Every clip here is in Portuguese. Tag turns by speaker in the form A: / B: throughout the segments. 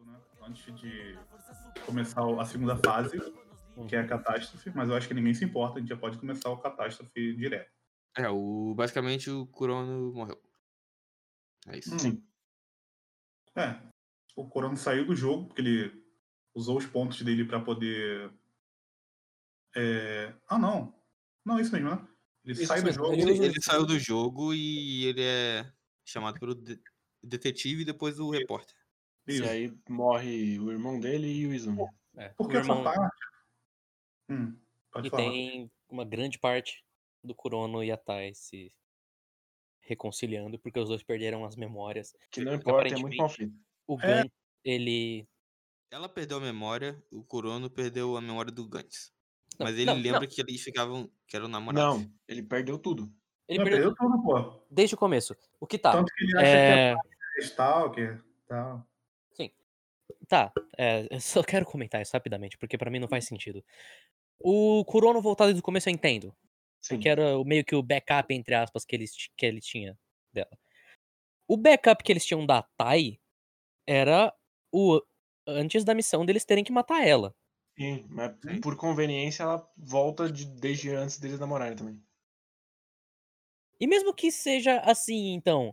A: né? antes de começar a segunda fase, que é a catástrofe, mas eu acho que ninguém se importa, a gente já pode começar o catástrofe direto.
B: É, o, basicamente o Crono morreu. É isso.
A: Hum. É. O Corona saiu do jogo, porque ele usou os pontos dele pra poder. É... Ah, não. Não, é isso mesmo, né? Ele
B: Isso
A: sai do
B: mesmo,
A: jogo.
B: Ele, ele saiu do jogo e ele é chamado pelo de- detetive e depois o repórter.
A: Isso.
C: E aí morre o irmão dele e o Izumi.
D: É,
A: Porque
D: o
A: essa
D: irmão-
A: parte. Hum, pode
D: E
A: falar.
D: tem uma grande parte do Kurono e a Tai se reconciliando, porque os dois perderam as memórias.
C: Que não importa, é muito
D: Aparentemente-
C: mal feito.
D: O
A: É.
D: Gan, ele.
B: Ela perdeu a memória, o Kurono perdeu a memória do Gantz.
D: Não,
B: Mas ele
D: não,
B: lembra
D: não,
B: que eles ficavam, que eram namorados.
C: Não, ele perdeu tudo.
D: Ele
A: Não, perdeu
D: perdeu
A: tudo, pô.
D: desde o começo. O que tá?
A: Tanto que ele acha
D: É,
A: que é Stalker e tal.
D: tá, é, eu só quero comentar isso rapidamente, porque pra mim não
A: Uhum.
D: faz sentido. O Kurono voltar desde o começo eu entendo.
C: Sim.
D: que era o- meio que o backup, entre aspas, que, eles, ti- que ele tinha dela. O backup que eles tinham da Tai era o antes da missão deles terem que matar ela.
C: Sim, mas
B: Sim.
D: Hum?
C: por conveniência ela volta de- desde antes deles namorarem também.
D: E mesmo que seja assim, então,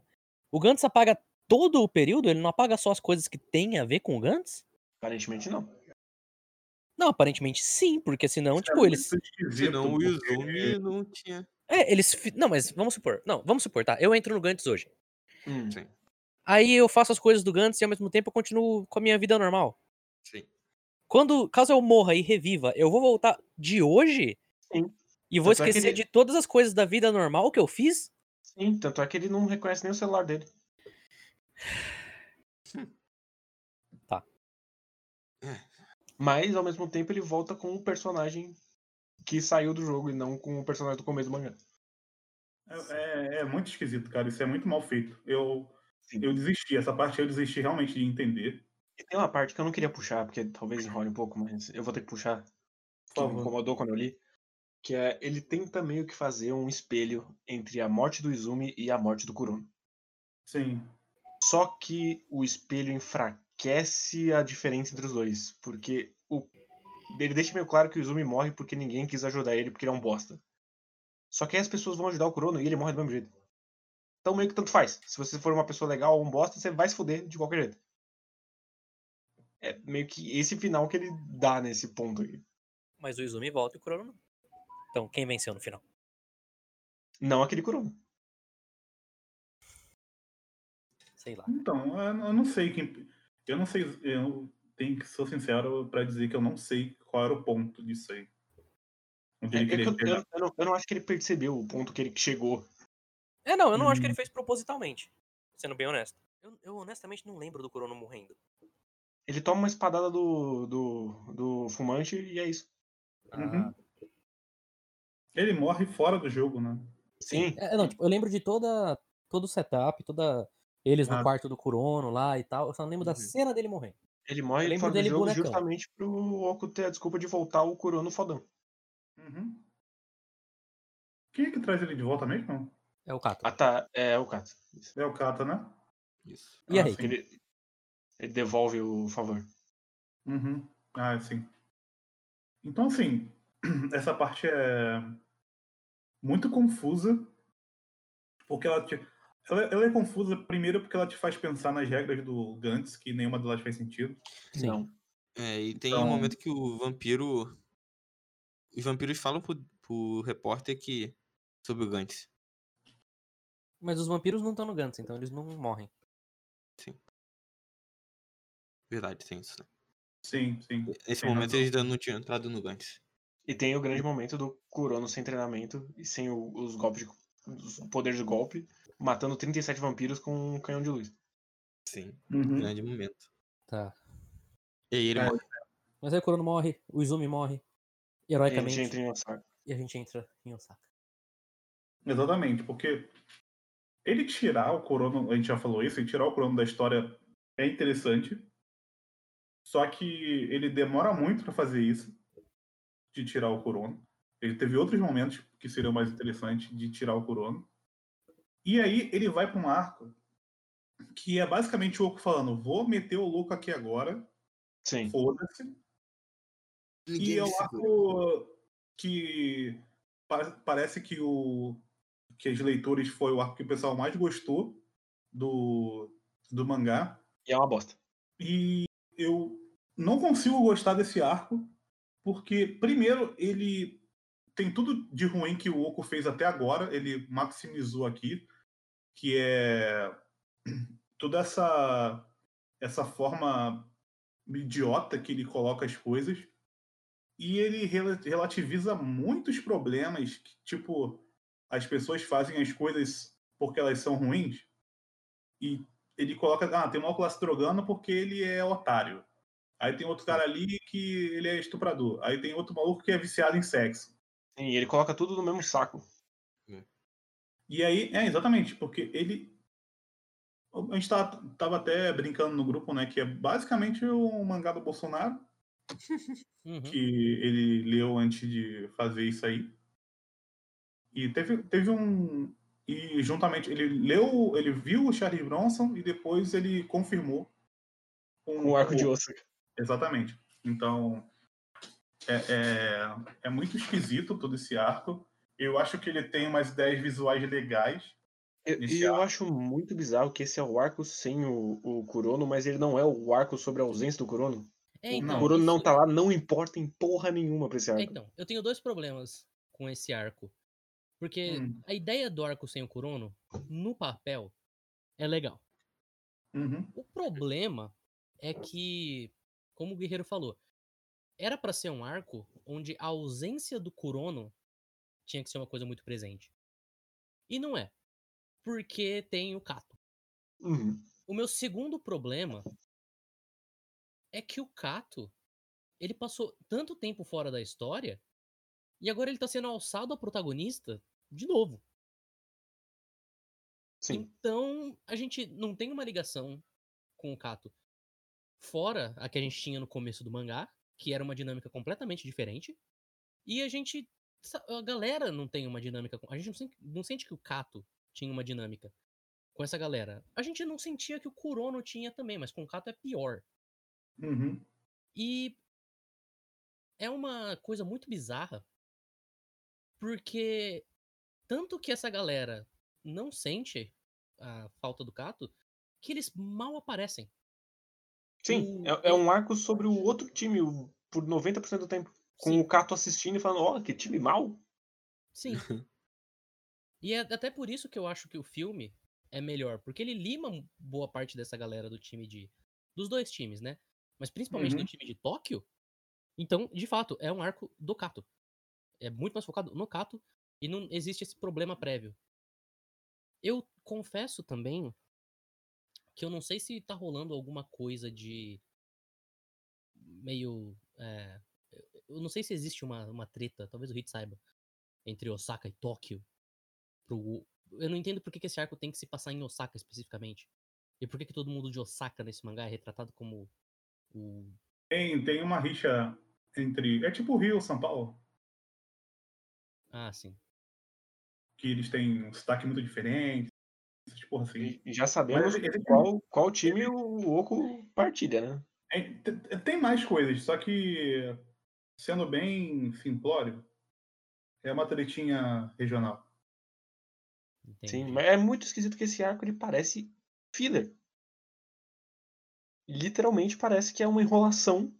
D: o Gantz apaga todo o período, ele não apaga só as coisas que têm a ver com o Gantz?
C: Aparentemente não.
D: Não, aparentemente sim, porque senão,
A: Isso é
D: tipo,
A: muito
D: eles.
A: esquisito,
B: Senão o
A: porque-
B: Izumi não tinha.
D: É, eles. fi- Não, mas vamos supor. Não, vamos supor, tá? Eu entro no Gantz hoje.
C: Hum,
B: Sim.
D: Aí eu faço as coisas do Gantz e ao mesmo tempo eu continuo com a minha vida normal.
B: Sim.
D: Quando, caso eu morra e reviva, eu vou voltar de hoje?
C: Sim.
D: E vou
C: Tanto é que
D: esquecer
C: ele-
D: de todas as coisas da vida normal que eu fiz?
C: Sim, tanto é que ele não reconhece nem o celular dele.
D: Hum. Tá.
C: Mas ao mesmo tempo ele volta com o personagem que saiu do jogo e não com o personagem do começo do mangá.
A: É, é- é muito esquisito, cara. Isso é muito mal feito. Eu,
C: Sim.
A: eu desisti. Essa parte eu desisti realmente de entender.
C: E tem uma parte que eu não queria puxar, porque talvez enrole um pouco, mas eu vou ter que puxar, que
A: Por
C: me
A: favor.
C: incomodou quando eu li. Que é, ele tenta meio que fazer um espelho entre a morte do Izumi e a morte do Kurono.
A: Sim.
C: Só que o espelho enfraquece a diferença entre os dois. Porque o... ele deixa meio claro que o Izumi morre porque ninguém quis ajudar ele, porque ele é um bosta. Só que aí as pessoas vão ajudar o Kurono e ele morre do mesmo jeito. Então meio que tanto faz. Se você for uma pessoa legal ou um bosta, você vai se foder de qualquer jeito. É meio que esse final que ele dá nesse ponto aí.
D: Mas o Izumi volta e o Kurono não. Então, quem venceu no final?
C: Não aquele Kurono.
D: Sei lá.
A: Então, eu, eu não sei quem. Eu não sei. Eu tenho que ser sincero pra dizer que eu não sei qual era o ponto disso aí. Onde
C: É- é
A: ele
C: que eu,
A: queria
C: eu-
A: chegar.
C: eu não, eu não acho que ele percebeu o ponto que ele chegou.
D: É, não, eu não acho que
A: Hum.
D: ele fez propositalmente. Sendo bem honesto. Eu, eu honestamente não lembro do Kurono morrendo.
C: Ele toma uma espadada do, do, do fumante e é isso.
D: Ah.
A: Uhum. Ele morre fora do jogo, né?
C: Sim.
D: É, não, tipo, eu lembro de toda todo o setup, toda eles no
A: Ah.
D: quarto do Kurono lá e tal. Eu só não lembro da
B: Uhum.
D: cena dele morrendo.
C: Ele
D: Eu
C: morre
D: lembro
C: fora do
D: dele
C: jogo
D: bonecão.
C: justamente pro Oku ter a desculpa de voltar o Kurono fodão.
A: Uhum. Quem é que traz ele de volta mesmo?
D: É o Kato.
C: Ah tá, é o Kato.
A: É o Kata, né?
B: Isso.
D: E a
A: Ah,
C: tá,
D: Reika?
A: sim.
C: Ele, ele devolve o favor.
A: Uhum. Ah, sim. Então, assim, essa parte é muito confusa, porque ela te... Ela, ela é confusa, primeiro, porque ela te faz pensar nas regras do Gantz, que nenhuma delas faz sentido.
D: Sim.
C: Não.
B: É, e tem
A: Então-
B: um momento que o vampiro. Os vampiros falam pro, pro repórter que. Sobre o Gantz.
D: Mas os vampiros não estão no Gantz, então eles não morrem.
B: Verdade, tem isso, né?
A: Sim, sim.
B: Nesse
A: Tem
B: momento
A: razão.
B: eles ainda não tinham entrado no Gantz.
C: E tem o grande momento do Kurono sem treinamento e sem o- os golpes de, os poderes de golpe, matando 37 vampiros com um canhão de luz.
B: Sim,
A: Uhum.
B: grande momento.
D: Tá.
B: E aí ele
A: É,
B: morre.
D: Mas aí o Kurono morre, o Izumi morre.
C: E a gente
D: Heroicamente.
C: entra em Osaka.
D: e a gente entra em Osaka.
A: Exatamente, porque ele tirar o Corona, a gente já falou isso, ele tirar o Corona da história é interessante. Só que ele demora muito pra fazer isso, de tirar o Corona. Ele teve outros momentos que seriam mais interessantes de tirar o Corona. E aí ele vai pra um arco que é basicamente o Oco falando: vou meter o louco aqui agora
C: Sim.
A: Foda-se. E eu acho que pa- parece que o que os leitores foi o arco que o pessoal mais gostou do, do mangá.
C: E é uma bosta.
A: E eu não consigo gostar desse arco, porque primeiro ele tem tudo de ruim que o Oco fez até agora, ele maximizou aqui, que é toda essa essa forma idiota que ele coloca as coisas. E ele rela- relativiza muitos problemas que, tipo, as pessoas fazem as coisas porque elas são ruins. E ele coloca, ah, tem uma classe drogando porque ele é otário. Aí tem outro cara ali que ele é estuprador. Aí tem outro maluco que é viciado em sexo.
C: Sim, ele coloca tudo no mesmo saco.
A: E aí, é exatamente, porque ele. A gente tava, tava até brincando no grupo, né? Que é basicamente um mangá do Bolsonaro.
D: Uhum.
A: que ele leu antes de fazer isso aí. E teve, teve um. E juntamente, ele leu, ele viu o Charles Bronson e depois ele confirmou com
C: Com o arco de Osaka.
A: Exatamente. Então, é, é, é muito esquisito todo esse arco. Eu acho que ele tem umas ideias visuais legais.
C: Eu- E
D: é
A: Esse
C: eu
A: arco.
C: acho muito bizarro que esse é o arco sem o, o Kurono, mas ele não é o arco sobre a ausência do Kurono.
D: É,
A: Não,
C: o Kurono não
D: isso-
C: tá lá, não importa em porra nenhuma pra esse
D: É,
C: arco.
D: Então, eu tenho dois problemas com esse arco. Porque
A: Hum.
D: a ideia do arco sem o Kurono, no papel, é legal.
A: Uhum,
D: O problema é que, como o Guerreiro falou, era pra ser um arco onde a ausência do Kurono tinha que ser uma coisa muito presente. E não é. Porque tem o Kato.
C: Uhum.
D: O meu segundo problema é que o Cato ele passou tanto tempo fora da história e agora ele tá sendo alçado a protagonista de novo.
C: Sim.
D: Então, a gente não tem uma ligação com o Cato fora a que a gente tinha no começo do mangá, que era uma dinâmica completamente diferente. E a gente sa- a galera não tem uma dinâmica com- a gente não sente, não sente que o Cato tinha uma dinâmica com essa galera. A gente não sentia que o Kurono tinha também, mas com o Cato é pior.
A: uhum.
D: E é uma coisa muito bizarra, porque tanto que essa galera não sente a falta do Cato, que eles mal aparecem.
C: Sim,
D: O-
C: é, é um arco sobre o outro time o- por 90% do tempo. Com
D: Sim.
C: o Kato assistindo e falando, ó, que time mal.
D: Sim. e é até por isso que eu acho que o filme é melhor, porque ele lima boa parte dessa galera do time de dos dois times, né? Mas principalmente do
A: Uhum.
D: time de Tóquio. Então, de fato, é um arco do Cato. É muito mais focado no Cato e não existe esse problema prévio. Eu confesso também que eu não sei se tá rolando alguma coisa de meio é, eu não sei se existe uma, uma treta, talvez o Hit saiba, entre Osaka e Tóquio. Pro... Eu não entendo por que que esse arco tem que se passar em Osaka especificamente. E por que, que todo mundo de Osaka nesse mangá é retratado como o.
A: Tem, tem uma rixa entre. É tipo Rio, São Paulo,
D: Ah, sim.
A: que eles têm um sotaque muito diferente. Essas porra assim.
C: E e já sabemos
A: ele- ele-
C: qual, qual time o Oco partilha, né?
A: É, te- te- Tem mais coisas, só que sendo bem simplório, é uma tretinha regional.
D: Entendi.
C: Sim, mas é muito esquisito que esse arco ele parece filler. Literalmente parece que é uma enrolação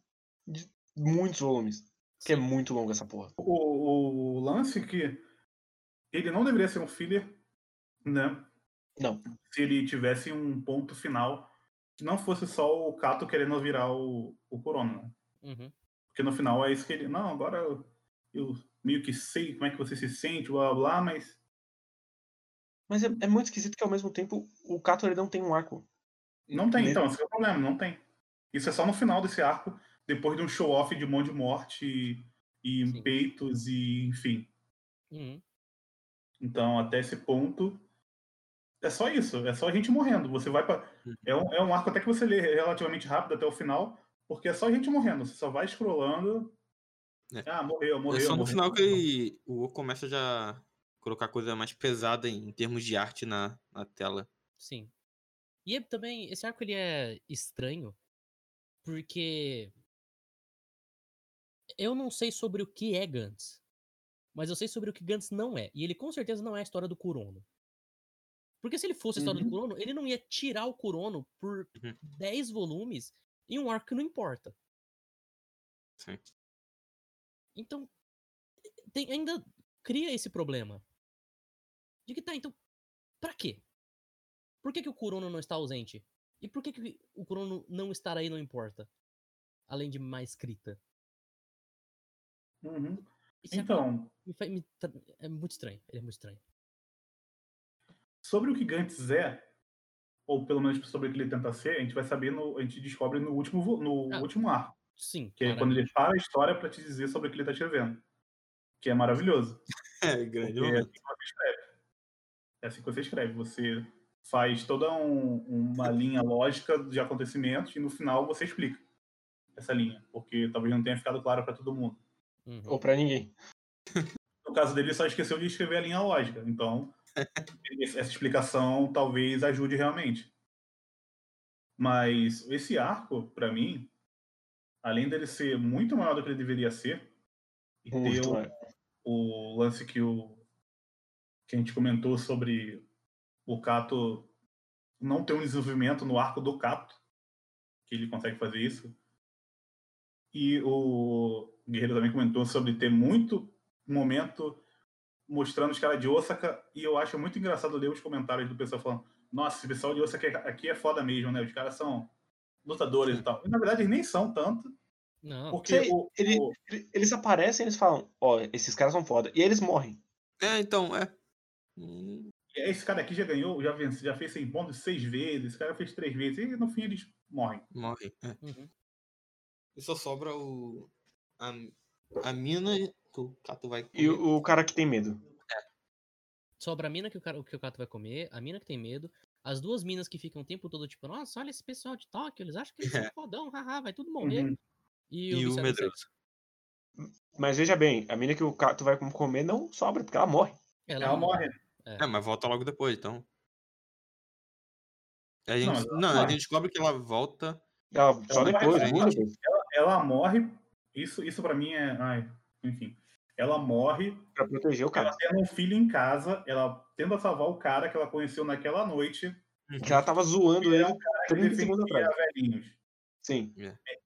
C: de muitos volumes. Que é
D: Sim.
C: muito longa essa porra.
A: O, o lance é que ele não deveria ser um filler, né?
C: Não.
A: Se ele tivesse um ponto final que não fosse só o Cato querendo virar o, o Corona.
D: Uhum.
A: Porque no final é isso que ele. Não, agora eu, eu meio que sei como é que você se sente, blá blá, blá mas.
C: Mas é, é muito esquisito que ao mesmo tempo o Kato ele não tem um arco.
A: Não tem,
C: Ne-
A: então, esse é o problema, não tem. Isso é só no final desse arco, depois de um show-off de um monte de morte e, e
D: Sim.
A: peitos e enfim.
D: Uhum.
A: Então, até esse ponto, é só isso, é só a gente morrendo. Você vai para
B: Hum.
A: é, um, é um arco até que você lê relativamente rápido até o final, porque é só a gente morrendo. Você só vai scrollando.
B: É.
A: Ah, morreu,
B: É
A: morreu.
B: só no
A: morreu.
B: final que ele- o Oco começa já a colocar coisa mais pesada em termos de arte na, na tela.
D: Sim. E é também, esse arco ele é estranho, Porque. Eu não sei sobre o que é Gantz. Mas eu sei sobre o que Gantz não é. E ele com certeza não é a história do Kurono. Porque se ele fosse a história do Kurono, ele não ia tirar o Kurono por
B: Uhum.
D: 10 volumes em um arco que não importa.
B: Sim.
D: Então, tem, ainda cria esse problema. De que tá, então, pra quê? Por que, que o Kurono não está ausente? E por que, que o Kurono não estar aí não importa? Além de má escrita.
A: Uhum.
D: Isso é-
A: Então,
D: me fa- me tra- é muito estranho. Ele é muito estranho.
A: sobre o que Gantz é, ou pelo menos sobre o que ele tenta ser, a gente vai saber, no, a gente descobre no último, vo- no
D: Ah.
A: último arco.
D: Sim.
A: Que é quando ele para a história pra te dizer sobre o que ele tá escrevendo. Que é maravilhoso.
B: É, grande
A: porque é
B: momento.
A: assim que você escreve. É assim que você escreve. Você faz toda um- uma linha lógica de acontecimentos e no final você explica essa linha. Porque talvez não tenha ficado claro pra todo mundo.
D: claramente. Uhum.
C: Ou pra ninguém.
A: No caso dele, ele só esqueceu de escrever a linha lógica. Então, essa explicação talvez ajude realmente. Mas esse arco, pra mim, além dele ser muito maior do que ele deveria ser, e ter um
C: Muito,
A: o-
C: né?
A: o lance que o que a gente comentou sobre o Cato não ter um desenvolvimento no arco do Cato, que ele consegue fazer isso. E o Guerreiro também comentou sobre ter muito momento mostrando os caras de Osaka, e eu acho muito engraçado ler os comentários do pessoal falando nossa, esse pessoal de Osaka aqui é foda mesmo, né? Os caras são lutadores e tal. E, na verdade, eles nem são tanto,
D: Não.
A: porque
C: Sei,
A: o-
C: ele-
A: o,
C: Ele- Eles aparecem e eles falam, ó, esses caras são foda. E aí eles morrem.
B: É, então, é. Hum,
A: E aí, É, Esse cara aqui já ganhou, já, vence, já fez 100 pontos seis vezes, esse cara fez três vezes, e no fim eles morrem.
B: Morre. É.
D: Uhum.
B: E só sobra o. A, a mina e. Tu, tá, tu vai.
C: E
B: comer.
C: o, o cara que tem medo.
D: Sobra a mina que o, cara, que o Cato vai comer, a mina que tem medo, as duas minas que ficam o tempo todo tipo, nossa, olha esse pessoal de Tóquio, eles acham que eles são fodão, haha, vai tudo morrer.
A: Uhum.
D: E,
B: E o
D: Misato Seki.
B: medroso.
C: Mas veja bem, a mina que o Cato vai comer não sobra, porque ela morre.
A: Ela, morre.
B: É, mas volta logo depois, então. A gente,
A: Não,
B: não,
A: mas ela
B: a
A: morre.
B: gente descobre que ela volta.
C: Ela só
A: vai
C: depois,
B: pra
C: muito
B: frente.
C: depois.
A: Ela morre. Isso, isso para mim é. Ai, enfim. Ela morre,
C: Pra proteger o cara.
A: ela tendo um filho em casa, ela tenta salvar o cara que ela conheceu naquela noite.
C: Que ela tava zoando
A: E
C: ele
A: é um
C: 30 segundos
A: defendia
C: atrás.
A: velhinhos.
C: Sim.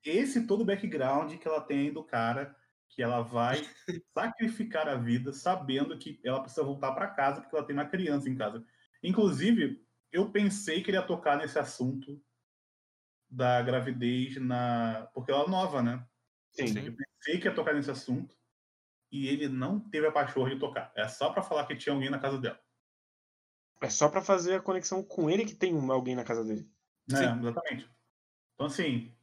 A: Esse todo o background que ela tem do cara, que ela vai sacrificar a vida sabendo que ela precisa voltar pra casa porque ela tem uma criança em casa. Inclusive, eu pensei que ele ia tocar nesse assunto da gravidez na, porque ela é nova, né?
C: Sim.
B: Sim.
A: Pensei que ia tocar nesse assunto e ele não teve a pachorra de tocar. É só pra falar que tinha alguém na casa dela.
C: É só pra fazer a conexão com ele que tem um- alguém na casa dele.
A: né?
B: Sim.
A: Exatamente. Então assim,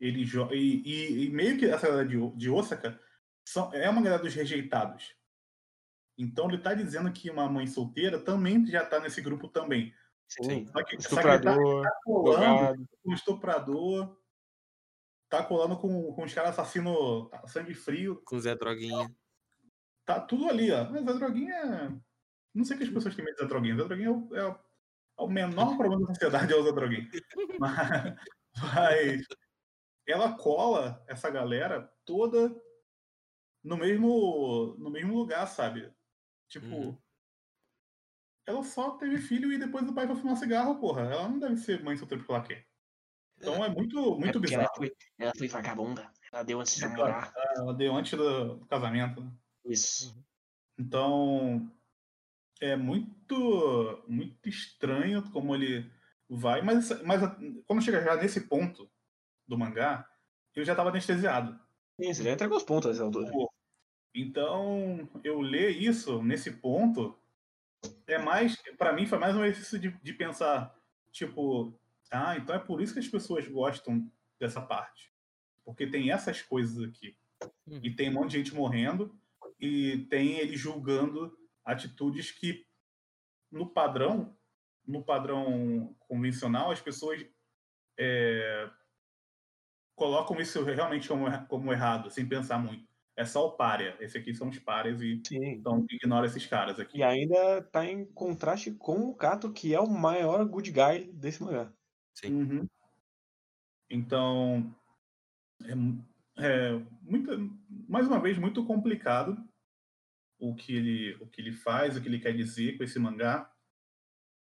A: ele jo... e, e- e meio que essa galera de, O- de Osaka são... é uma galera dos rejeitados. Então ele tá dizendo que uma mãe solteira também já tá nesse grupo também.
C: Sim.
A: Só que, só que ele tá
C: Estuprador,
A: colando
C: drogado.
A: com um estuprador, tá colando com, com os caras assassino a sangue frio,
B: Com o Zé Droguinha.
A: tá tudo ali, ó. Mas a droguinha. é- Não sei o que as pessoas têm medo da droguinha. A droguinha é o, é o- é o menor problema da sociedade é usar droguinha. Mas, mas ela cola essa galera toda no mesmo no mesmo lugar, sabe? Tipo,
B: Uhum.
A: ela só teve filho e depois o pai foi fumar cigarro, porra. Ela não deve ser mãe solteira porque ela quer. Então é muito muito
C: É porque
A: bizarro.
C: foi, ela foi vagabunda. Ela deu antes
A: É, claro. Ela deu antes do, do casamento. né?
C: Isso.
A: Então é muito muito estranho como ele vai, mas isso- mas a- quando chega já nesse ponto do mangá, eu já estava anestesiado.
C: Sim, você já entregou os pontos nessa altura.
A: Então, eu ler isso nesse ponto é mais, para mim foi mais um exercício de, de pensar, tipo, ah, então é por isso que as pessoas gostam dessa parte. Porque tem essas coisas aqui.
D: Uhum.
A: E tem um monte de gente morrendo e tem ele julgando atitudes que no padrão, no padrão convencional, as pessoas eh, colocam isso realmente como, er- como errado, sem pensar muito. É só o párea. Esse aqui são os párias e
C: Sim.
A: então ignora esses caras aqui.
C: E ainda tá em contraste com o Kato, que é o maior good guy desse mangá.
B: Sim.
A: Uhum. Então, é, mu- é muita, mais uma vez, muito complicado o que, ele, o que ele faz, o que ele quer dizer com esse mangá.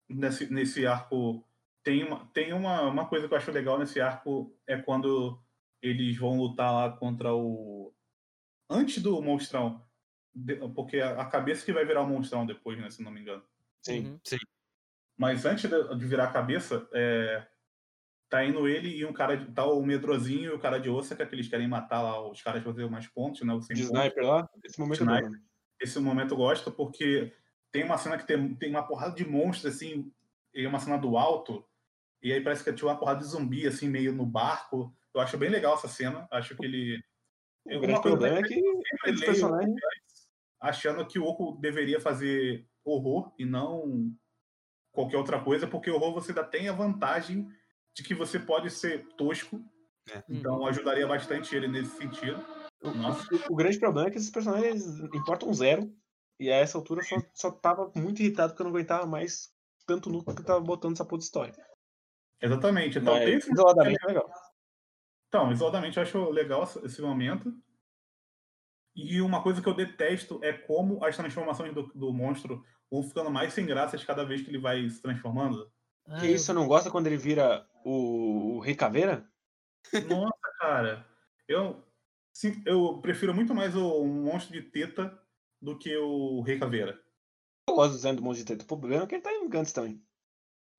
A: Nesse, nesse arco, tem, uma, tem uma, uma coisa que eu acho legal nesse arco, é quando eles vão lutar lá contra o... Antes do monstrão, de- porque a a cabeça que vai virar o monstrão depois, né, se não me engano.
C: Sim.
D: Uhum.
A: Mas antes de de virar a cabeça, é, tá indo ele e um cara, de- tá o medrosinho e o cara de Osaka, que eles querem matar lá os caras pra fazer mais pontos, né? Os 100
C: De
A: pontos.
C: sniper lá, esse momento é
A: Sniper.
C: bom. né?
A: Esse momento eu gosto, porque tem uma cena que tem, tem uma porrada de monstros, assim, e é uma cena do alto, e aí parece que tinha uma porrada de zumbi, assim, meio no barco. Eu acho bem legal essa cena, acho que ele...
C: O
A: Uma
C: grande
A: coisa
C: problema é
A: que eu
C: que esse
A: sempre leio-
C: personagem
A: achando que o Oco deveria fazer horror e não qualquer outra coisa, porque horror você ainda tem a vantagem de que você pode ser tosco, então ajudaria bastante ele nesse sentido.
C: É. O-
A: Nossa.
C: O, o grande problema é que esses personagens importam zero. E a essa altura eu só, só tava muito irritado porque eu não aguentava mais tanto núcleo que tava botando essa porra de história.
A: Exatamente. Então, tem
C: Mas,
A: esse-
C: isoladamente é legal.
A: então, isoladamente eu acho legal esse- esse momento. E uma coisa que eu detesto é como as transformações do, do monstro vão ficando mais sem graça de cada vez que ele vai se transformando.
D: Ah,
C: Que isso, você não gosta quando ele vira o, o Rei Caveira?
A: Nossa, cara. Eu, sim, eu prefiro muito mais o monstro de teta do que o Rei Caveira.
C: Eu gosto do design do Monte de Teto. O problema é que ele tá em Gantz também.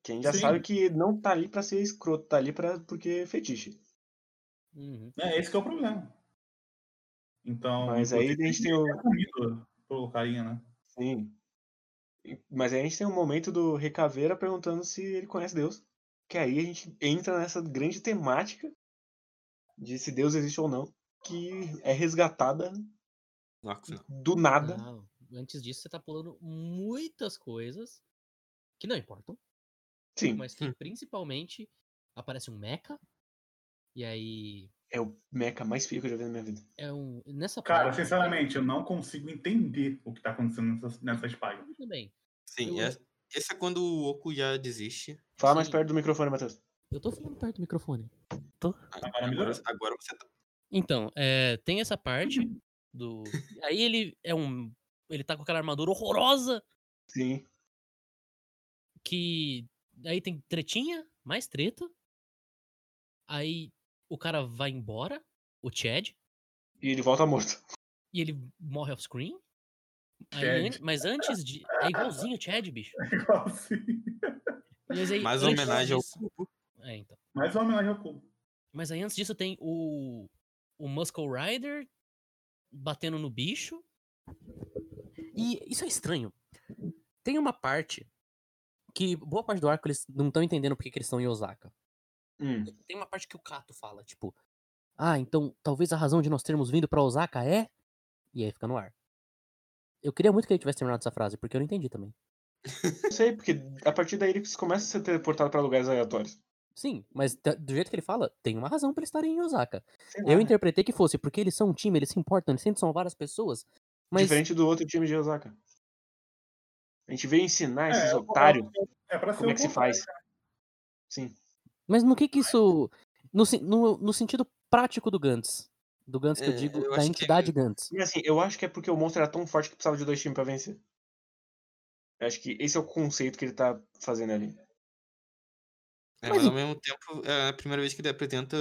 C: Que a gente já
A: Sim.
C: sabe que não tá ali pra ser escroto, tá ali pra, porque é fetiche.
D: Uhum.
A: É, esse que é o problema. Então.
C: Mas aí a gente tem o.
A: é comido pelo carinha, né?
C: Sim. E- Mas aí a gente tem um momento do Rei Caveira perguntando se ele conhece Deus. Que aí a gente entra nessa grande temática de se Deus existe ou não, que é resgatada
B: No arco final.
C: do nada.
D: Não, antes disso, você tá pulando muitas coisas que não importam,
C: Sim,
D: mas que
B: Sim.
D: principalmente aparece um mecha. E aí.
C: é o mecha mais feio que eu já vi na minha vida.
D: É um. Nessa
A: Cara,
D: parte-
A: sinceramente, eu não consigo entender o que tá acontecendo nessas, nessas páginas.
D: Eu também.
B: Sim,
D: Eu-
B: é- esse é quando o Oco já desiste.
C: Fala mais
D: Sim.
C: perto do microfone, Matheus.
D: Eu tô falando perto do microfone.
A: Agora melhorou.
B: Agora, agora você tá.
D: Então, é, tem essa parte do. Aí ele é um. Ele tá com aquela armadura horrorosa
C: Sim.
D: que. Aí tem tretinha, mais treta. Aí o cara vai embora, o Chad,
C: E ele volta morto.
D: e ele morre off-screen. Aí,
A: Chad.
D: an- Mas antes de. É igualzinho o Chad, bicho.
A: Igual assim.
D: Mas aí,
B: Mais uma
D: antes
B: homenagem ao
D: disso-
B: Cubo.
D: É, então.
A: Mais uma homenagem ao cubo.
D: Mas aí antes disso tem o. O Muscle Rider batendo no bicho. E isso é estranho. Tem uma parte que boa parte do arco eles não estão entendendo porque que eles estão em Osaka.
C: Hum.
D: Tem uma parte que o Kato fala, tipo, ah, então talvez a razão de nós termos vindo pra Osaka é. E aí fica no ar. Eu queria muito que ele tivesse terminado essa frase, porque eu não entendi também.
C: Não sei, porque a partir daí ele começa a ser teleportado pra lugares aleatórios.
D: Sim, mas da- do jeito que ele fala, tem uma razão pra eles estarem em Osaka.
C: Sei lá,
B: É.
D: Eu
C: né?
D: interpretei que fosse porque eles são um time, eles se importam, eles tentam salvar as pessoas. Mas
C: Diferente do outro time de Osaka. A gente veio ensinar esses
A: é,
C: otários
A: É pra ser
C: como
A: o
C: é que se
A: contrário.
C: faz. Sim.
D: Mas no que que isso. No, sen- no, no sentido prático do Gantz. Do Gantz que eu
B: É,
D: digo,
B: eu
D: da
B: acho que-
D: entidade Gantz.
C: E assim, eu acho que é porque o monstro era tão forte que precisava de dois times pra vencer. Eu acho que esse é o conceito que ele tá fazendo ali.
B: É,
D: Mas
B: mas
D: e-
B: ao mesmo tempo, é a primeira vez que ele apresenta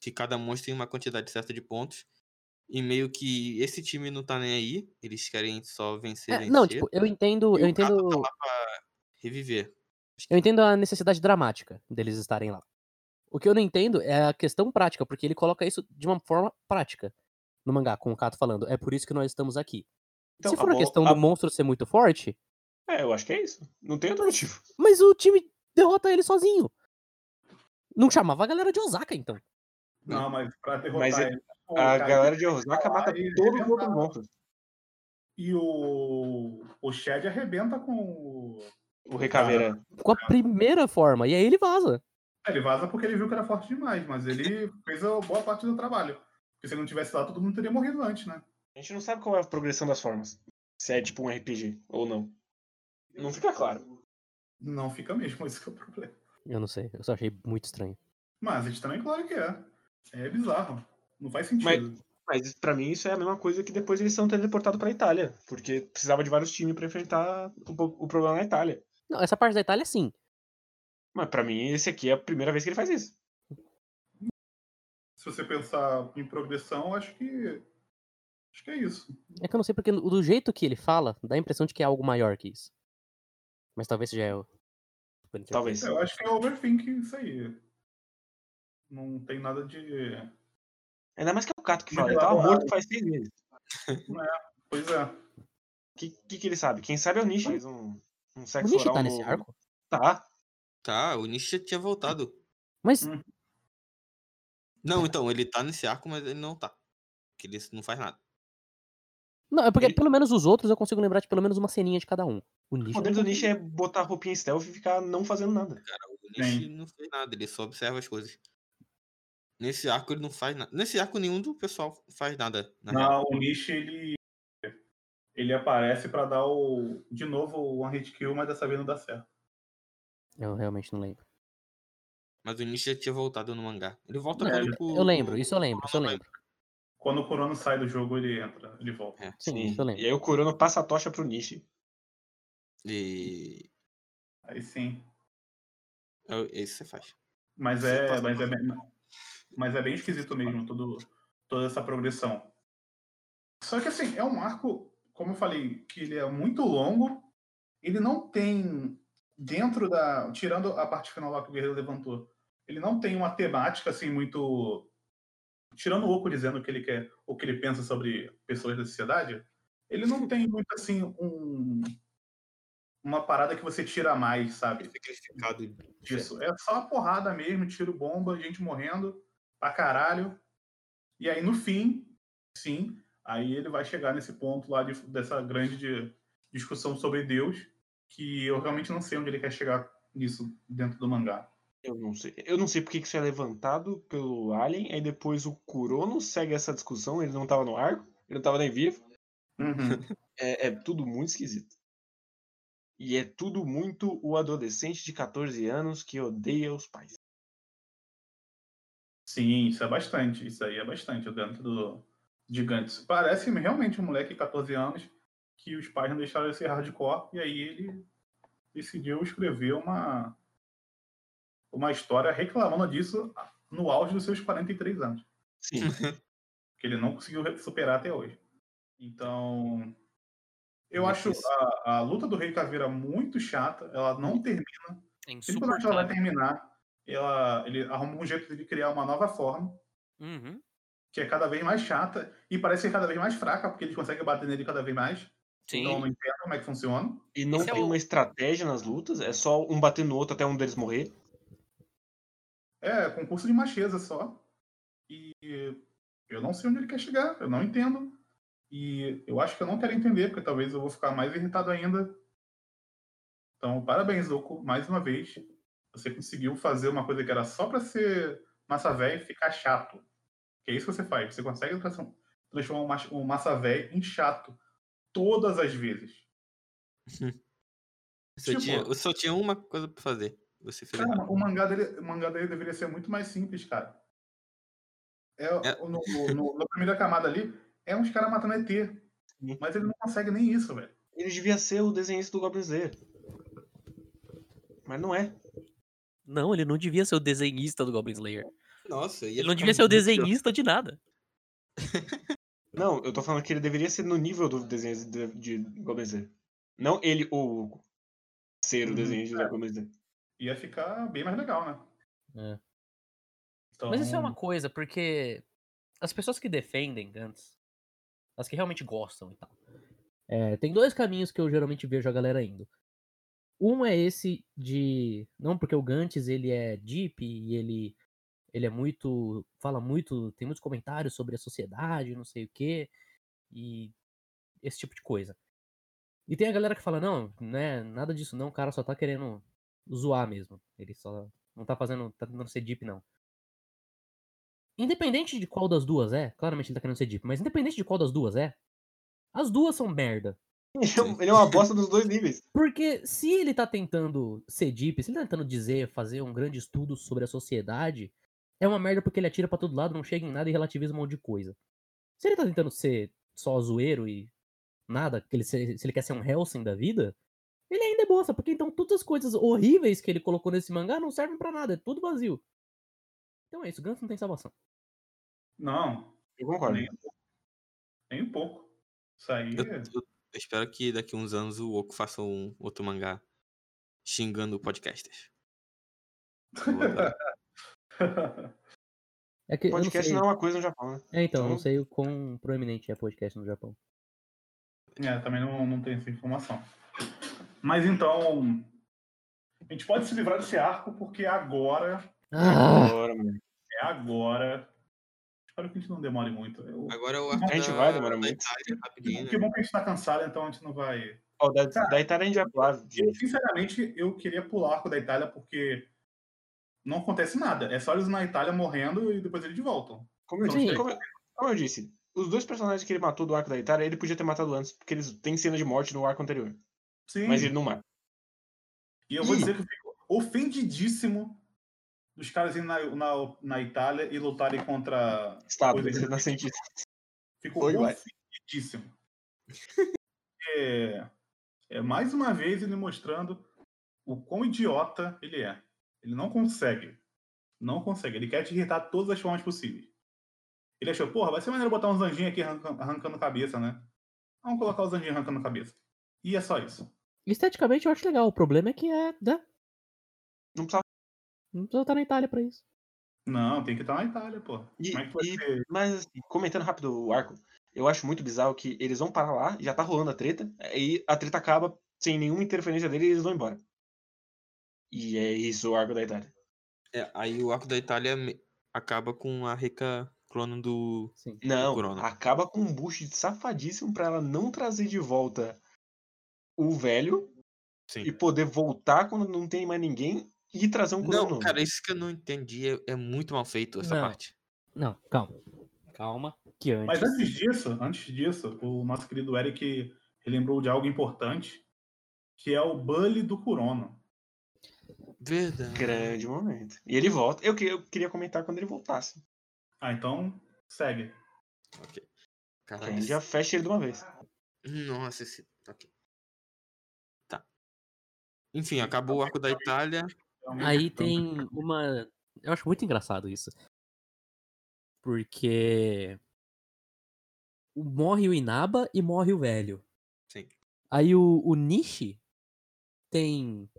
B: que cada monstro tem uma quantidade certa de pontos. E meio que esse time não tá nem aí. Eles querem só vencer.
D: É,
B: vencer.
D: não, tipo, eu entendo.
B: e
D: Eu
B: o Kato
D: entendo,
B: Tá lá pra reviver.
D: eu entendo a necessidade dramática deles estarem lá. O que eu não entendo é a questão prática, porque ele coloca isso de uma forma prática no mangá, com o Kato falando. É por isso que nós estamos aqui.
C: Então,
D: Se
C: a
D: for a
C: bola-
D: questão
C: a-
D: do monstro ser muito forte,
C: É, eu acho que é isso. Não tem outro motivo.
D: mas o time derrota ele sozinho. Não chamava a galera de Osaka, então.
A: Não, mas pra derrotar
C: Mas é-
A: ele, o
C: A
A: cara-
C: galera de Osaka mata
A: e ele
C: todos os outros
A: arrebentava.
C: monstros.
A: E o, o Shed arrebenta com o.
C: O Recaveira.
D: Com a primeira forma. E aí ele vaza.
A: É, Ele vaza porque ele viu que era forte demais, mas ele fez a boa parte do trabalho. Porque se ele não tivesse lá, todo mundo teria morrido antes, né?
C: A gente não sabe qual é a progressão das formas. Se é tipo um RPG ou não. Não fica claro.
A: Não fica mesmo, esse que é o problema.
D: Eu não sei, eu só achei muito estranho.
A: Mas estranho, claro que é. É bizarro. Não faz sentido.
C: Mas pra mim isso é a mesma coisa que depois eles são teleportados pra Itália, porque precisava de vários times pra enfrentar o, po- o problema na Itália.
D: Não, essa parte da Itália, sim.
C: Mas pra mim esse aqui é a primeira vez que ele faz isso.
A: Se você pensar em progressão, acho que. Acho que é isso.
D: É que eu não sei porque no- do jeito que ele fala, dá a impressão de que é algo maior que isso. Mas talvez seja eu.
C: Talvez.
A: É, Eu acho que é overthink isso aí. Não tem nada de.
C: Ainda mais que é o Cato que fala, ele
A: Mas
C: tava
A: elaborado.
C: morto faz seis meses.
A: Pois é.
C: O que, que, que ele sabe? Quem sabe é o Nishi. Faz um, um
D: O
C: sexo
D: Nishi
C: oral
D: tá nesse
C: novo.
D: arco?
C: Tá.
B: Tá, o Nishi já tinha voltado.
D: Mas
A: Hum.
D: É.
B: Não, então, ele tá nesse arco, mas ele não tá. Porque ele não faz nada.
D: Não, é porque
B: Ele-
D: pelo menos os outros eu consigo lembrar de pelo menos uma ceninha de cada um. O
C: O
D: Nishi.
C: poder do Nishi é botar roupinha stealth e ficar não fazendo nada.
B: O Nishi
A: Sim.
B: não fez nada, ele só observa as coisas. Nesse arco ele não faz nada. Nesse arco nenhum do pessoal faz nada. Na real.
A: Não, o Nish ele. Ele aparece pra dar o. De novo o One Hit Kill, mas dessa vez não dá certo.
D: Eu realmente não lembro.
B: Mas o Nishi já tinha voltado no mangá. Ele volta
D: Não,
B: quando
A: eu-
B: pro-
D: Eu lembro, isso eu lembro, isso eu lembro.
A: Quando o Corona sai do jogo, ele entra, ele volta.
D: Sim, isso eu
C: E
D: lembro.
C: aí o Kurono passa a tocha pro Nishi.
B: E...
A: Aí sim.
B: é- é Isso você faz.
A: Mas
B: Você
A: é,
B: passa-
A: mas é, bem, mas é bem esquisito mesmo todo, toda essa progressão. Só que assim, é um arco, como eu falei, que ele é muito longo. Ele não tem dentro da, tirando a parte final lá que o Guerreiro levantou, ele não tem uma temática assim muito tirando o Oco dizendo o que ele quer, o que ele pensa sobre pessoas da sociedade, ele não tem muito assim um uma parada que você tira mais, sabe?
B: Sacrificado
C: Tipo,
A: disso. É só uma porrada mesmo, tiro bomba, gente morrendo pra caralho. E aí no fim, sim, aí ele vai chegar nesse ponto lá de- dessa grande de- discussão sobre Deus, que eu realmente não sei onde ele quer chegar nisso dentro do mangá.
C: Eu não sei. Eu não sei porque que isso é levantado pelo Alien. Aí depois o Kurono segue essa discussão. Ele não tava no arco, ele não tava nem vivo.
A: Uhum.
C: É, é tudo muito esquisito. E é tudo muito o adolescente de 14 anos que odeia os pais.
A: Sim, isso é bastante. Isso aí é bastante dentro do Gigantes. Parece realmente um moleque de 14 anos que os pais não deixaram ele ser hardcore e aí ele decidiu escrever uma uma história reclamando disso no auge dos seus 43 anos,
C: Sim.
A: que ele não conseguiu re- superar até hoje. Então, eu acho
B: Difícil.
A: a, a luta do Rei Caveira muito chata, ela não termina
D: É
A: Sempre quando ela vai terminar, ela, ele arruma um jeito de criar uma nova forma,
D: Uhum.
A: que é cada vez mais chata e parece ser cada vez mais fraca, porque eles conseguem bater nele cada vez mais. Então eu não entendo como é que funciona.
C: E não
D: Esse é
C: tem
D: o-
C: uma estratégia nas lutas. É só um bater no outro até um deles morrer.
A: É, concurso de macheza só. E eu não sei onde ele quer chegar, eu não entendo. E eu acho que eu não quero entender, porque talvez eu vou ficar mais irritado ainda. Então, parabéns, Oco, mais uma vez. Você conseguiu fazer uma coisa que era só pra ser massa véia e ficar chato. Que é isso que você faz. Você consegue transform- transformar um mach- um massa véia em chato. Todas as vezes.
B: Só
A: Tipo-
B: tinha, eu só tinha uma coisa pra fazer. Você fez
A: Cara,
B: errado.
A: o mangá, dele, o mangá dele deveria ser muito mais simples, cara. É,
B: É.
A: No, no- na primeira camada ali, é uns caras matando ET.
C: Sim.
A: Mas ele não consegue nem isso, velho.
C: Ele devia ser o desenhista do Goblin Slayer. Mas não é.
D: Não, ele não devia ser o desenhista do Goblin Slayer.
B: Nossa, ia
D: Ele não
B: ficar
D: devia ser o
B: muito pior.
D: desenhista de nada.
C: Não, eu tô falando que ele deveria ser no nível do desenho de, de Goblin Slayer. Não ele ou o Hugo ser o
D: Hum,
A: Uhum,
C: desenhista do Goblin Slayer.
A: Ia ficar bem mais legal, né?
D: É.
A: Então,
D: Mas isso é uma coisa, porque as pessoas que defendem Gantz, as que realmente gostam e tal, é, tem dois caminhos que eu geralmente vejo a galera indo. Um é esse de. Não, porque o Gantz ele é deep e ele, ele é muito. fala muito. tem muitos comentários sobre a sociedade, não sei o quê, e esse tipo de coisa. E tem a galera que fala, não, né, nada disso não, o cara só tá querendo zoar mesmo. Ele só não tá fazendo. tá tentando ser deep, não. Independente de qual das duas é, claramente ele tá querendo ser deep, mas independente de qual das duas é, as duas são merda.
C: Ele é um- Ele é uma bosta dos dois níveis.
D: Porque se ele tá tentando ser deep, se ele tá tentando dizer, fazer um grande estudo sobre a sociedade, É uma merda porque ele atira pra todo lado, não chega em nada e relativiza um monte de coisa. Se ele tá tentando ser só zoeiro e nada, que ele se, se ele quer ser um Helsing da vida, ele ainda é bosta, porque então todas as coisas horríveis que ele colocou nesse mangá não servem pra nada, é tudo vazio. Então é isso, Gantz não tem salvação.
A: Não,
C: Eu concordo.
A: nem, nem um pouco. Isso aí
B: Eu,
A: é-
B: eu- eu espero que daqui uns anos o Oco faça um outro mangá xingando podcasters. Eu vou adorar.
D: É que eu não
C: Podcast
D: sei-
C: não, é uma coisa no Japão, né?
D: É, então, eu não
C: Então-
D: sei o quão proeminente é podcast no Japão.
A: É, também não, não tem essa informação. Mas então, a gente pode se livrar desse arco, porque agora,
D: Ah.
C: Agora, mano.
A: é agora. Espero que a gente não demore muito. Eu,
B: Agora é o arco
C: A gente
B: da-
C: vai demorar
B: da
C: muito.
B: Itália, rapidinho, né?
A: que bom que a gente tá cansado, então a gente não vai.
C: Ó, da,
D: Tá.
A: Cara,
C: da Itália a gente vai pular, gente.
A: Sinceramente, eu queria pular o arco da Itália, porque não acontece nada. É só eles na Itália morrendo e depois eles voltam.
C: Como eu,
A: Sim.
C: disse, como, eu- como eu disse, os dois personagens que ele matou do arco da Itália, ele podia ter matado antes, porque eles têm cena de morte no arco anterior.
A: Sim.
C: Mas ele não mata.
A: E eu vou
C: Ih.
A: dizer que eu fico ofendidíssimo dos caras irem na, na, na Itália e lutarem contra.
C: Estado,
A: Pois é.
C: você tá sentindo.
A: Fico
C: Foi, vai.
A: ofendidíssimo. é, é mais uma vez ele mostrando o quão idiota ele é. Ele não consegue. Não consegue. Ele quer te irritar de todas as formas possíveis. Ele achou, porra, vai ser maneiro botar uns anjinhos aqui arrancando, arrancando cabeça, né? Vamos colocar os anjinhos arrancando cabeça. E é só isso.
D: Esteticamente eu acho legal, o problema é que é, né?
C: Não precisava.
D: Não precisa estar na Itália pra isso.
A: Não, tem que estar na Itália, pô.
C: E-
A: Como é que vai
C: e-
A: ser?
C: Mas, assim, comentando rápido o arco, eu acho muito bizarro que eles vão parar lá, já tá rolando a treta, aí a treta acaba sem nenhuma interferência dele e eles vão embora. E é isso o arco da Itália.
B: É, aí o arco da Itália me- acaba com a Reca clone do.
D: Sim.
C: Não,
B: Corona.
C: acaba com um boost safadíssimo pra ela não trazer de volta o velho
B: Sim.
C: e poder voltar quando não tem mais ninguém e trazer um Corona
B: Não,
C: novo.
B: cara, isso que eu não entendi. É, é muito mal feito essa
D: Não.
B: parte.
D: Não, calma. Calma, que antes.
A: Mas é antes disso, antes disso, o nosso querido Eric relembrou de algo importante, que é o Bully do Corona.
B: Verdade.
C: Grande momento. E ele volta. Eu, que- eu queria comentar quando ele voltasse.
A: Ah, então segue.
B: Ok.
C: A
B: Caralho.
C: gente já fecha ele de uma vez.
B: Nossa, esse. Ok. Tá. Enfim, acabou o
C: tá
B: arco da Itália.
A: Realmente,
D: Aí
A: então,
D: tem uma. Eu acho muito engraçado isso. Porque. o- Morre o Inaba e morre o velho.
B: Sim.
D: Aí o, o Nishi tem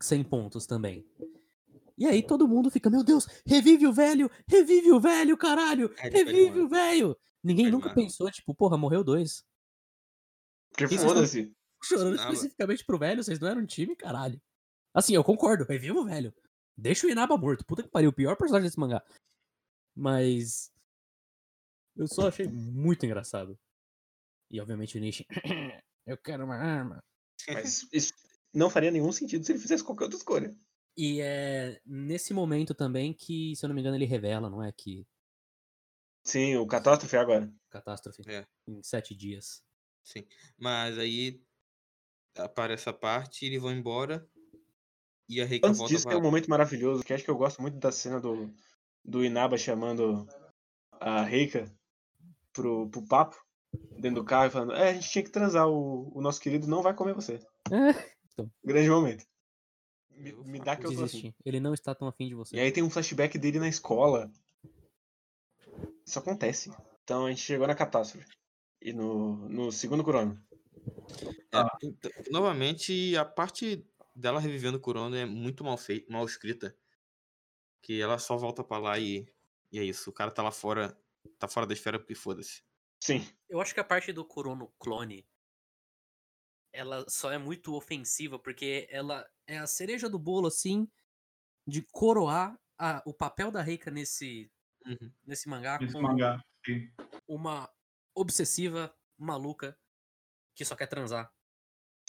D: 100 pontos também. E aí todo mundo fica, meu Deus, revive o velho, revive o velho, caralho,
B: É, depois
D: revive
B: morre.
D: o velho. Ninguém
B: Depois
D: nunca
B: morre.
D: pensou, tipo, porra, morreu dois.
C: Porque
D: Isso-
C: foda-se.
D: Chorando
B: Nada.
D: especificamente pro velho, vocês não eram um time, caralho. Assim, eu concordo, reviva o velho. Deixa o Inaba morto. Puta que pariu, o pior personagem desse mangá. Mas. Eu só achei muito engraçado. E obviamente o Nishi. Eu quero uma arma.
C: Mas isso não faria nenhum sentido se ele fizesse qualquer outra escolha.
D: E é nesse momento também que, se eu não me engano, ele revela, não é? Que
C: Sim, o catástrofe é agora.
D: catástrofe.
B: É.
D: Em sete dias.
B: Mas aí. ah, Para essa parte, eles vão embora. E a Reika
C: Antes
B: volta
C: disso,
B: pra.
C: tem um momento maravilhoso, que acho que eu gosto muito da cena do, do Inaba chamando a Reika pro, pro papo, dentro do carro, e falando, é, a gente tinha que transar, o, o nosso querido não vai comer você.
D: Então.
C: Grande momento. Me,
B: Eu
C: me
B: fa-
C: dá que eu tô assim.
D: Desiste. Ele não está tão afim de você.
C: E aí tem um flashback dele na escola. Isso acontece. Então a gente chegou na catástrofe. E no, no segundo Corona.
B: É, então, novamente, a parte dela revivendo o Corona é muito mal feita, mal escrita. Que ela só volta pra lá e, e é isso. O cara tá lá fora, tá fora da esfera porque foda-se.
C: Sim.
D: Eu acho que a parte do Corono Clone ela só é muito ofensiva porque ela é a cereja do bolo assim de coroar a- o papel da Reika nesse
B: Uhum.
D: nesse mangá
A: esse
D: como
A: mangá.
D: uma obsessiva maluca que só quer transar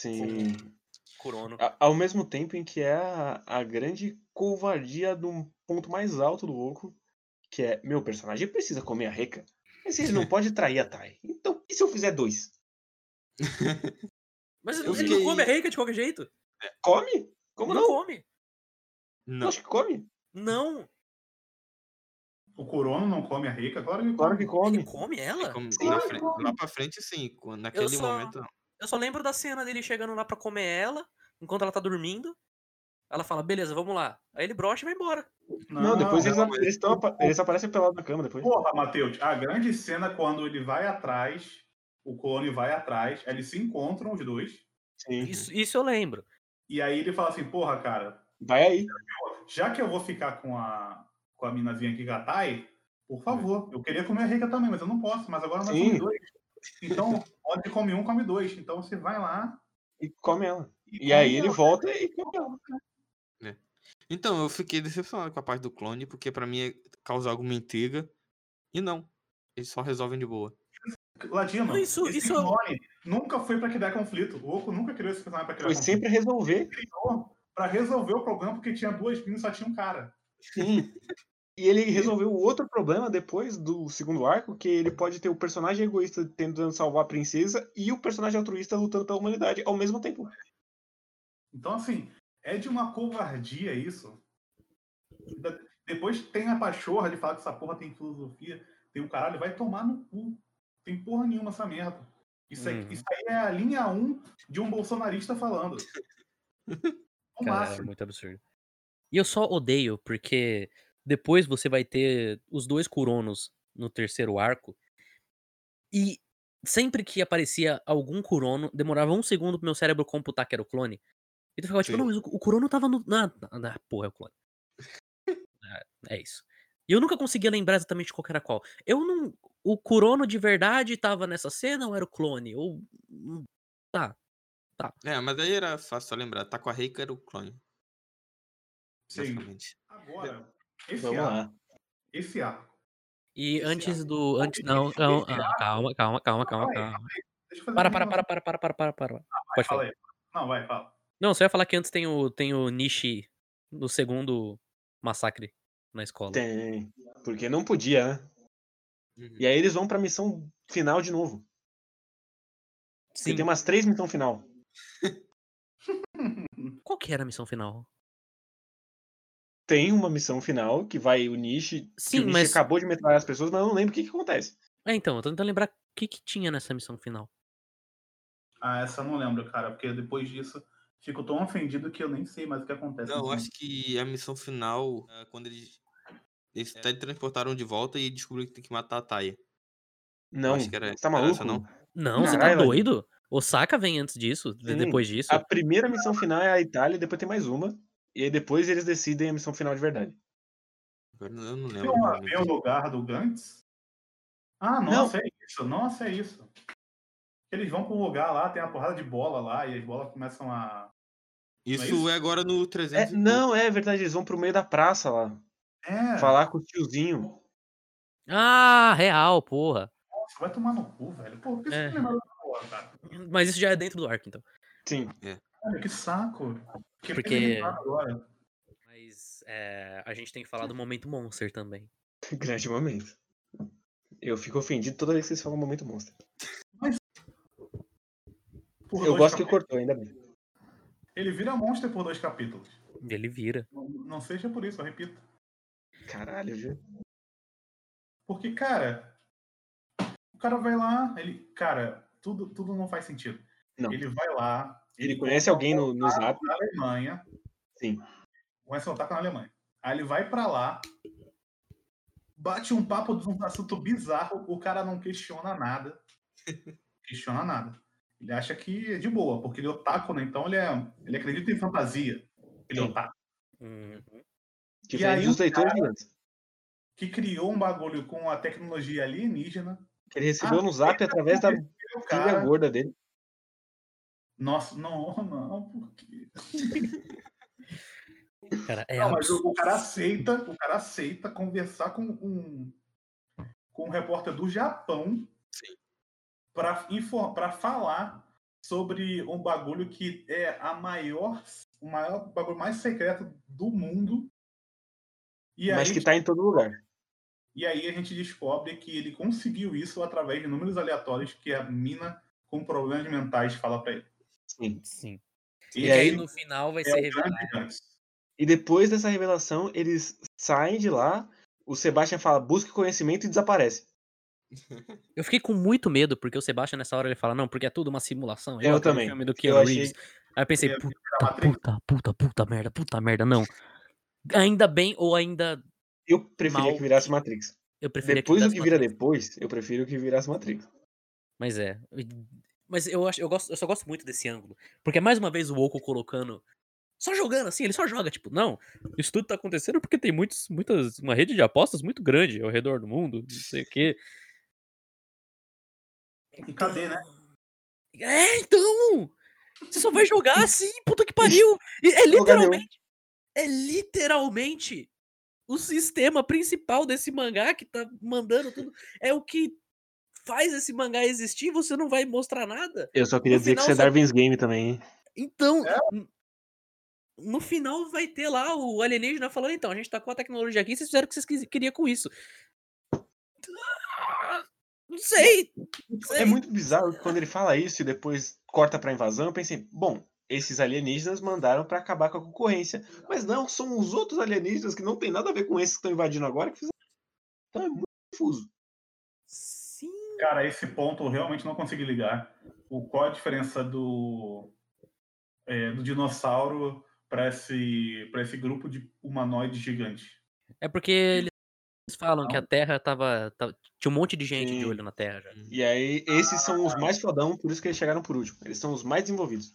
C: Sim.
D: Corono.
C: A- ao mesmo tempo em que é a, a grande covardia de um ponto mais alto do Oco, que é, meu personagem precisa comer a Reca, mas ele não pode trair a Tai. Então, e se eu fizer dois?
D: Mas
B: Eu
D: ele não
B: fiquei-
D: come a Reika de qualquer jeito.
C: Come? Como
D: não
C: não?
D: come.
B: Não,
C: Acho que come.
D: Não.
A: O Kurono não come a Reika? Claro que
C: Claro que
E: Ele
C: come.
E: come ela?
B: é Como-
C: Sim,
B: lá,
C: eu-
B: frente, lá pra frente, sim. quando- Naquele
E: só-
B: momento, não.
E: Eu só lembro da cena dele chegando lá pra comer ela, enquanto ela tá dormindo. Ela fala, beleza, vamos lá. Aí ele brocha e vai embora.
C: Não, depois eles,
B: não, mas-
C: eles, tão apa- eles aparecem pelado na cama depois.
A: Porra, Matheus, a grande cena é quando ele vai atrás, o clone vai atrás, eles se encontram os dois,
C: Sim.
E: Isso, isso eu lembro.
A: e aí ele fala assim, porra, cara,
C: Vai aí.
A: já que eu vou ficar com a, com a minazinha aqui, Gatai, por favor, eu queria comer a Reika também, mas eu não posso, mas agora nós
C: Sim.
A: somos dois. Então, onde come um, come dois. Então você vai lá.
C: E come ela. E
A: come
C: aí ele
A: ela.
C: volta e come ela.
B: Então, eu fiquei decepcionado com a parte do clone, porque pra mim ia causar alguma intriga. E não. Eles só resolvem de boa.
A: Ladino,
E: Isso-
A: esse
E: isso-
D: é um
A: clone nunca foi pra criar conflito. O Oco nunca criou esse personagem pra criar
C: Foi
A: conflito.
C: sempre resolver.
A: criou pra resolver o problema porque tinha duas minas e só tinha um cara.
C: Sim. E ele resolveu o outro problema depois do segundo arco, que ele pode ter o personagem egoísta tentando salvar a princesa e o personagem altruísta lutando pela humanidade ao mesmo tempo.
A: Então, assim, é de uma covardia isso. Da- Depois tem a pachorra de falar que essa porra tem filosofia, tem o caralho, vai tomar no cu. Tem porra nenhuma essa merda. Isso, aí-
E: Uhum.
A: isso aí é a linha 1 de um bolsonarista falando. No
D: Cara, é
A: máximo.
D: muito absurdo. E eu só odeio, porque depois você vai ter os dois Kuronos no terceiro arco. E sempre que aparecia algum Kurono, demorava um segundo pro meu cérebro computar que era o clone. E tu ficava tipo,
B: Sim.
D: não, mas o, o Kurono tava no. Na, na, na- porra, é o clone. é, é isso. E eu nunca conseguia lembrar exatamente qual que era qual. Eu não. O Kurono de verdade tava nessa cena ou era o clone? Ou. hum,
B: É, mas aí era fácil só lembrar. Tá com a Reika era o clone,
A: Sim.
B: basicamente.
A: Agora, esse
C: Vamos
A: arco,
C: lá.
A: esse arco.
D: E
A: Esse
D: antes do. Antes,
A: esse-
D: não,
A: esse
D: não,
A: arco- é.
D: ah, calma, calma, calma, calma,
A: Calma aí,
D: calma.
A: Deixa eu fazer
D: Para,
A: um
D: para,
A: negócio.
D: para, para, para, para, para, para. Pode
A: Fala
D: falar.
A: aí. Não, vai, fala.
D: Não, você ia falar que antes tem o, tem o Nishi no segundo massacre na escola.
C: Tem. Porque não podia, né?
B: Uhum.
C: E aí eles vão pra missão final de novo. Porque
D: Sim.
C: tem umas três missões final.
D: Qual que era a missão final?
C: Tem uma missão final que vai o Nishi. que
D: Sim,
C: o Nishi
D: mas.
C: acabou de metralhar as pessoas, mas eu não lembro o que, que acontece.
D: É, então, eu tô tentando lembrar o que, que tinha nessa missão final.
A: Ah, essa eu não lembro, cara, porque depois disso fico tão ofendido que eu nem sei mais o que acontece.
B: Não, eu
C: assim,
B: acho que a missão final, é quando eles.
C: É.
B: Eles até transportaram de volta e descobriram que tem que matar a Taya.
C: Não.
B: acho que era-
C: você tá
B: era
C: maluco?
B: essa, não?
D: Não, você tá
C: Caralho,
D: doido? Osaka vem antes disso, de-
C: Sim, Ah.
D: depois disso.
C: A primeira missão final é a Itália, depois tem mais uma. E aí depois eles decidem a missão final de verdade.
B: Agora eu não
A: Tem
B: lembro.
A: um
B: realmente.
A: avião no lugar do Gantz? Ah, nossa, é isso, nossa, é isso. Eles vão pra um lugar lá, tem uma porrada de bola lá, e as bolas começam a.
B: Isso,
A: isso?
B: é agora no
C: É,
B: 300. e pouco.
C: não, é verdade, eles vão pro meio da praça lá.
A: É,
C: Falar com o tiozinho.
D: Ah, real, porra.
A: nossa, vai tomar no cu, velho. Pô, por que você
D: É.
A: não lembra da porra, cara?
D: Mas isso já é dentro do arco, então.
C: Sim.
A: Olha, que saco. Fiquei
D: Porque-
A: bem irritado Agora.
D: Mas é, a gente tem que falar do momento Monster também.
C: Grande momento. Eu fico ofendido toda vez que vocês falam um momento monstro.
A: Por
C: Eu
A: dois
C: gosto que
A: capítulos.
C: cortou, ainda bem.
A: Ele vira monstro por dois capítulos.
D: Ele vira.
A: Não, não seja por isso, eu repito.
C: Caralho, viu?
A: Porque, cara, o cara vai lá, ele. Cara, tudo, tudo não faz sentido.
C: Não.
A: Ele vai lá.
C: Ele conhece alguém no, no zap?
A: na Alemanha.
C: Sim.
A: Conhece um otaku na Alemanha. Aí ele vai pra lá, bate um papo de um assunto bizarro, o cara não questiona nada. questiona nada. Ele acha que é de boa, porque ele é otaku, né? Então ele, é, ele acredita em fantasia. Ele é
C: Sim.
A: otaku.
D: um
C: Diferente
A: aí
C: um dos
A: o
C: leitores de antes.
A: Que criou um bagulho com a tecnologia alienígena.
C: que Ele recebeu
A: Ah,
C: no zap
A: ele
C: através da
A: E o
C: filha
A: cara.
C: gorda dele.
A: Nossa, não, não, por quê?
D: Cara, é
A: Não, mas o, o cara
D: absurdo.
A: aceita, o cara aceita conversar com um com um repórter do Japão
B: Sim.
A: para para falar sobre um bagulho que é a maior o maior bagulho mais secreto do mundo. E
C: Mas
A: aí,
C: que tá em todo lugar.
A: e aí a gente descobre que ele conseguiu isso através de números aleatórios que a mina com problemas mentais fala pra ele.
C: Sim.
D: Sim.
A: E,
D: E,
C: aí né?
D: aí
A: ele
D: no final vai
A: é
D: ser
A: o grande
D: revelado.
A: Gantz.
C: E depois dessa revelação, eles saem de lá. O Sebastian fala, busque conhecimento e desaparece.
D: Eu fiquei com muito medo, porque o Sebastian nessa hora ele fala, não, porque é tudo uma simulação.
C: Eu
D: adoro o
C: também.
D: Filme do
C: Eu
D: Keanu
C: achei
D: Reeves. Aí eu pensei,
A: Eu ia
D: puta,
A: a Matrix.
D: puta, puta, puta merda, puta merda, não. Ainda bem ou ainda
C: Eu preferia
D: Mal.
C: que virasse Matrix.
D: eu preferia
C: Depois do
D: virasse
C: que
D: uma
C: vira
D: treta.
C: depois, eu prefiro que virasse Matrix.
D: Mas é. Mas eu acho, eu gosto, eu só gosto muito desse ângulo, porque é mais uma vez o Oco colocando só jogando assim, ele só joga, tipo, não, isso tudo tá acontecendo porque tem muitos, muitas, uma rede de apostas muito grande ao redor do mundo, não sei o quê.
A: E cadê, né?
D: É, então! Você só vai jogar assim, puta que pariu! E é
C: Em lugar nenhum.
D: literalmente. É literalmente o sistema principal desse mangá que tá mandando tudo. É o que faz esse mangá existir, você não vai mostrar nada.
C: Eu só queria
D: No
C: dizer que
D: final,
C: isso é
D: só-
C: Darwin's Game também, hein?
D: Então.
A: É.
D: n- No final vai ter lá o alienígena falando, então, a gente tá com a tecnologia aqui, vocês fizeram o que vocês quis- queriam com isso. Ah, Não sei. não
C: É
D: sei.
C: muito bizarro que quando ele fala isso e depois corta pra invasão, eu pensei, bom, esses alienígenas mandaram pra acabar com a concorrência. Mas não, são os outros alienígenas que não tem nada a ver com esses que estão invadindo agora que fizeram. Então é muito confuso.
D: Sim.
A: Cara, esse ponto eu realmente não consegui ligar. O, qual a diferença do, é, do dinossauro para esse, pra esse grupo de humanoides gigante?
D: É porque eles falam que a
A: Não.
D: Terra tava, tava- Tinha um monte de gente de
C: Sim.
D: olho na Terra já.
C: E aí, esses são os mais fodão, por isso que eles chegaram por último. Eles são os mais desenvolvidos.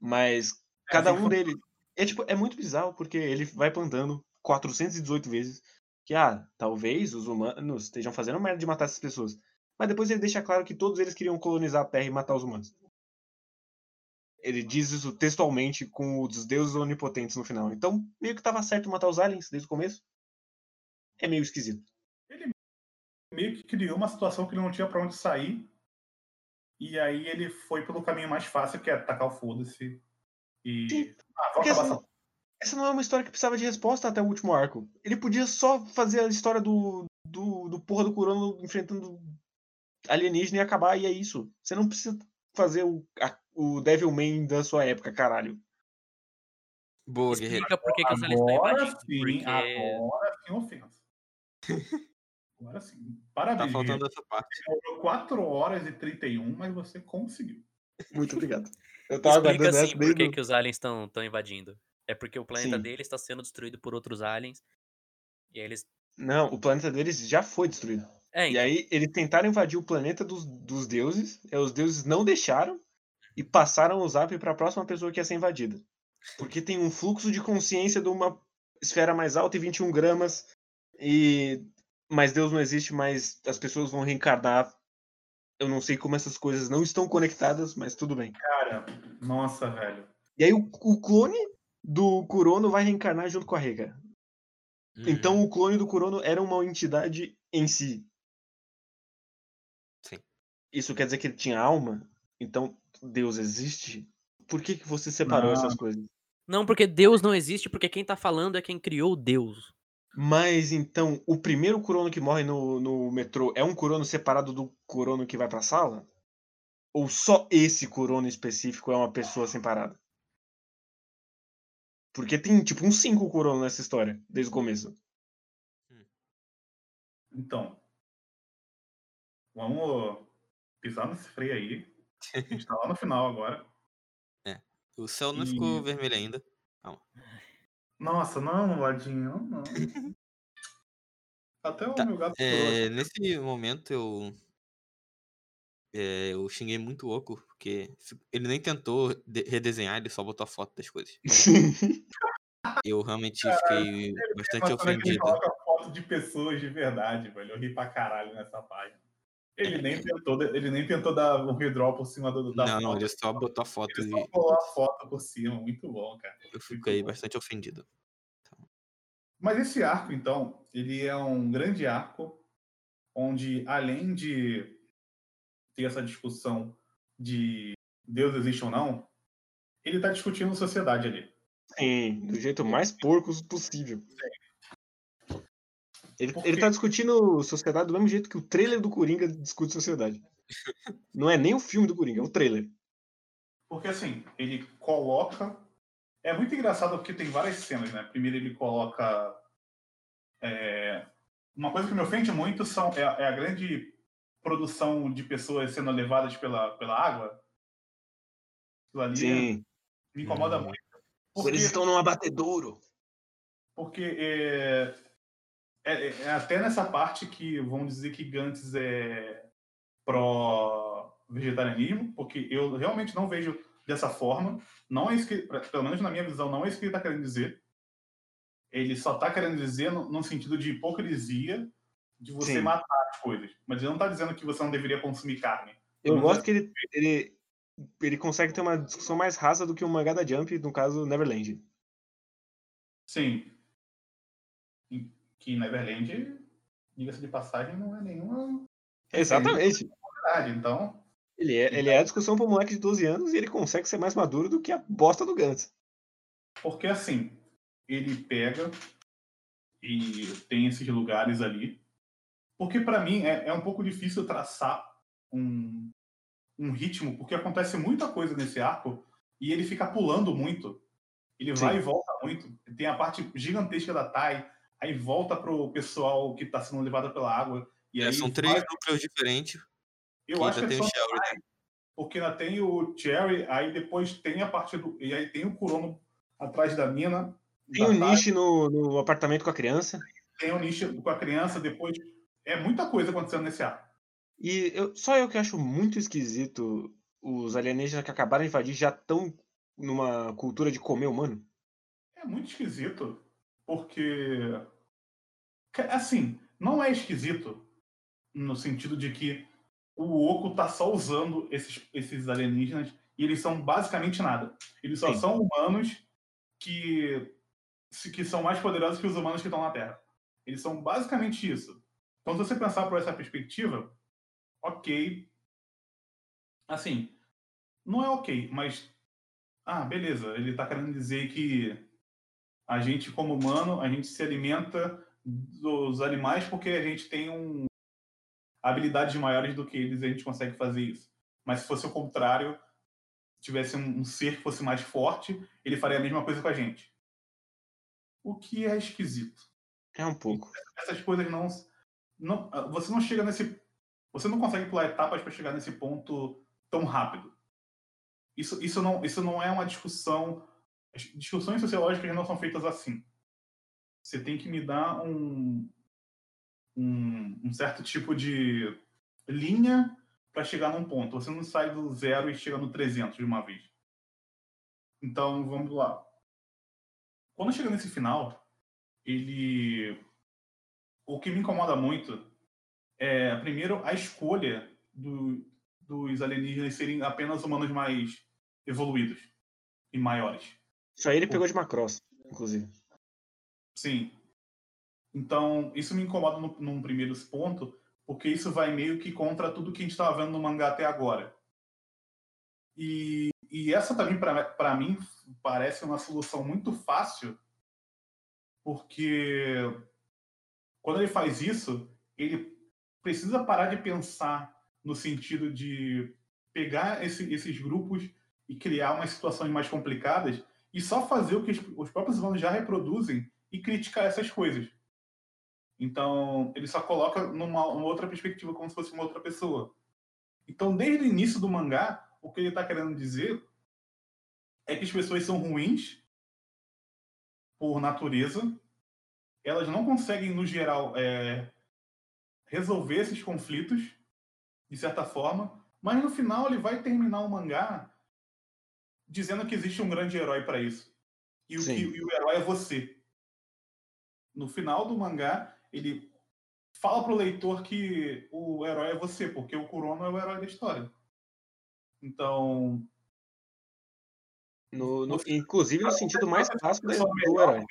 C: Mas cada
A: assim
C: um
A: foi.
C: deles. É, tipo, é muito bizarro, porque ele vai plantando 418 vezes que, ah, talvez os humanos estejam fazendo merda de matar essas pessoas. Mas depois ele deixa claro que todos eles queriam colonizar a Terra e matar os humanos. Ele diz isso textualmente com os deuses onipotentes no final. Então, meio que tava certo matar os aliens desde o começo. É meio esquisito.
A: Meio que criou uma situação que ele não tinha para onde sair. E aí ele foi pelo caminho mais fácil, que é atacar o foda-se. E.
C: Sim.
A: Ah, vou
C: Porque
A: acabar
C: assim,
A: essa-
C: essa não é uma história que precisava de resposta até o último arco. Ele podia só fazer a história do, do, do porra do Kurono enfrentando alienígena e acabar, e é isso. Você não precisa fazer o, a, o Devilman da sua época, caralho.
B: Boa, guerreiro.
D: Explica por que,
B: Ah,
D: que os aliens estão
A: Agora
D: invadindo.
A: sim,
D: porque-
A: agora sim, ofensa. Agora sim. Parabéns,
B: Tá
A: Guilherme.
B: faltando essa parte.
A: Demorou 4 horas e 31, mas você conseguiu.
C: Muito obrigado. Eu tava Tá
D: Explica
C: aguardando
D: assim
C: essa
D: por
C: desde
D: que,
C: o-
D: que os aliens estão invadindo. É porque o planeta
C: Sim.
D: dele está sendo destruído por outros aliens. E aí eles.
C: Não, o planeta deles já foi destruído.
D: É,
C: E aí eles tentaram invadir o planeta dos, dos deuses, e os deuses não deixaram e passaram o zap pra próxima pessoa que ia ser invadida. Porque tem um fluxo de consciência de uma esfera mais alta e 21 gramas e mas Deus não existe, mas as pessoas vão reencarnar. Eu não sei como essas coisas não estão conectadas, mas tudo bem.
A: Cara, nossa, velho.
C: E aí o, o clone do Kurono vai reencarnar junto com a Rega.
B: Uhum,
C: Então o clone do Kurono era uma entidade em si.
B: Sim.
C: Isso quer dizer que ele tinha alma? Então Deus existe? Por que, que você separou essas coisas?
D: Não, porque Deus não existe, porque quem tá falando é quem criou Deus.
C: Mas então, o primeiro Kurono que morre no, no metrô é um Kurono separado do Kurono que vai pra sala? Ou só esse Kurono específico é uma pessoa separada? Porque tem tipo uns cinco Kurono nessa história, desde o começo.
A: Então, vamos pisar nesse freio aí. A gente tá lá no final agora.
B: O céu não
A: e-
B: ficou vermelho ainda.
A: Nossa, não, ladinho, não, não. Até o
B: Tá,
A: meu gato chorou.
B: É, nesse momento eu. é, eu xinguei muito o Oco, porque fi- ele nem tentou de- redesenhar, ele só botou a foto das coisas. Eu realmente fiquei
A: Nossa,
B: bastante
A: né, que ele
B: ofendido.
A: coloca foto de pessoas de verdade, velho. Eu ri pra caralho nessa página. Ele nem tentou, ele nem tentou dar um redraw por cima do, da
B: Não,
A: foto.
B: ele só botou a foto
A: Ele só
B: e
A: colou a foto por cima. Muito bom, cara.
B: eu fiquei
A: bom.
B: bastante ofendido.
A: Mas esse arco, então, ele é um grande arco, onde além de ter essa discussão de Deus existe ou não, ele está discutindo sociedade ali.
C: Sim, do jeito mais porco possível. Ele,
A: Por
C: ele
A: quê?
C: tá discutindo sociedade do mesmo jeito que o trailer do Coringa discute sociedade. Não é nem o filme do Coringa, é o trailer.
A: Porque assim, ele coloca. É muito engraçado porque tem várias cenas, né? Primeiro ele coloca É, uma coisa que me ofende muito são, é, a- é a grande produção de pessoas sendo levadas pela, pela água. Aquilo ali
C: Sim.
A: me incomoda
B: Hum.
A: muito.
C: Eles
A: Porque,
C: estão num abatedouro.
A: porque é, é- é até nessa parte que vamos dizer que Gantz é pró-vegetarianismo, porque eu realmente não vejo dessa forma. Não é isso que, pelo menos na minha visão, não é isso que ele está querendo dizer. Ele só está querendo dizer no, no sentido de hipocrisia de você
C: Sim.
A: matar as coisas. Mas ele não está dizendo que você não deveria consumir carne.
C: Eu
A: Mas
C: gosto
A: é-
C: que ele, ele, ele consegue ter uma discussão mais rasa do que o mangá da Jump, no caso Neverland.
A: Sim. E Que Neverland, diga-se de passagem, não é nenhuma
C: Exatamente.
A: verdade. Então,
C: Ele é, ele é a discussão para um moleque de 12 anos e ele consegue ser mais maduro do que a bosta do Gantz.
A: porque assim, ele pega e tem esses lugares ali. Porque para mim é, é um pouco difícil traçar um, um ritmo, porque acontece muita coisa nesse arco e ele fica pulando muito. Ele
C: Sim.
A: vai e volta muito. Tem a parte gigantesca da Tai, aí volta pro pessoal que tá sendo levado pela água. E
B: É,
A: aí
B: são
A: vai-
B: três núcleos diferentes.
A: Eu
B: que
A: acho
B: ainda
A: que
B: tem
A: é
B: o
A: só
B: Shelly.
A: porque ainda tem o Jerry, aí depois tem a parte do. E aí tem o Kurono atrás da mina.
C: Tem
A: da
C: o
A: Tati,
C: Nishi no, no apartamento com a criança.
A: Tem o Nish com a criança, depois. É muita coisa acontecendo nesse ar.
C: E eu- só eu que acho muito esquisito os alienígenas que acabaram de invadir já estão numa cultura de comer humano.
A: É muito esquisito, porque. que- Assim, não é esquisito no sentido de que o Oco tá só usando esses, esses alienígenas e eles são basicamente nada. Eles só
C: Sim.
A: são humanos que, se- que são mais poderosos que os humanos que estão na Terra. Eles são basicamente isso. Então, se você pensar por essa perspectiva, ok. Assim, não é ok, mas. Ah, beleza. Ele está querendo dizer que a gente, como humano, a gente se alimenta dos animais porque a gente tem um habilidades maiores do que eles e a gente consegue fazer isso. Mas se fosse o contrário, tivesse um, um ser que fosse mais forte, ele faria a mesma coisa com a gente. O que é esquisito.
C: É um pouco.
A: Essas coisas não, não ah, você não chega nesse você não consegue pular etapas para chegar nesse ponto tão rápido. Isso isso não isso não é uma discussão as discussões sociológicas não são feitas assim. Você tem que me dar um um, um certo tipo de linha para chegar num ponto. Você não sai do zero e chega no 300 de uma vez. Então, vamos lá. Quando chega nesse final, ele. O que me incomoda muito é, primeiro, a escolha do- dos alienígenas serem apenas humanos mais evoluídos e maiores.
C: Isso aí ele pegou de Macross, inclusive.
A: Sim. Então, isso me incomoda no, num primeiro ponto, porque isso vai meio que contra tudo que a gente estava vendo no mangá até agora. E, e essa também, para mim, parece uma solução muito fácil, porque quando ele faz isso, ele precisa parar de pensar no sentido de pegar esse- esses grupos e criar umas situações mais complicadas e só fazer o que os, os próprios humanos já reproduzem e criticar essas coisas. Então, ele só coloca numa uma outra perspectiva, como se fosse uma outra pessoa. Então, desde o início do mangá, o que ele está querendo dizer é que as pessoas são ruins por natureza, elas não conseguem, no geral, é, resolver esses conflitos, de certa forma, mas no final ele vai terminar o mangá dizendo que existe um grande herói para isso. E o, que,
C: Sim.
A: e o herói é você no final do mangá, ele fala pro leitor que o herói é você, porque o Kurono é o herói da história. Então,
C: No, no- inclusive no sentido mais clássico da do herói.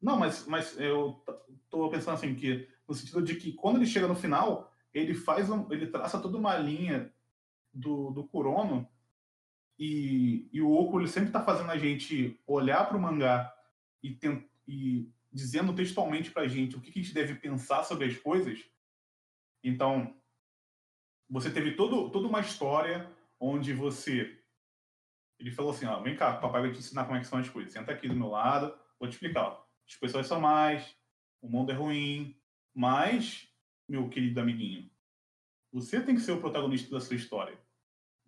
A: não, mas, mas eu t- tô pensando assim que no sentido de que quando ele chega no final, ele faz um, ele traça toda uma linha do, do Kurono e, e o Oco ele sempre tá fazendo a gente olhar pro mangá e, ten- e dizendo textualmente pra gente o que, que a gente deve pensar sobre as coisas. Então, você teve todo, toda uma história onde você. Ele falou assim: ó, vem cá, papai vai te ensinar como é que são as coisas. Senta aqui do meu lado, vou te explicar. ó. As pessoas são mais, o mundo é ruim, mas, meu querido amiguinho, você tem que ser o protagonista da sua história.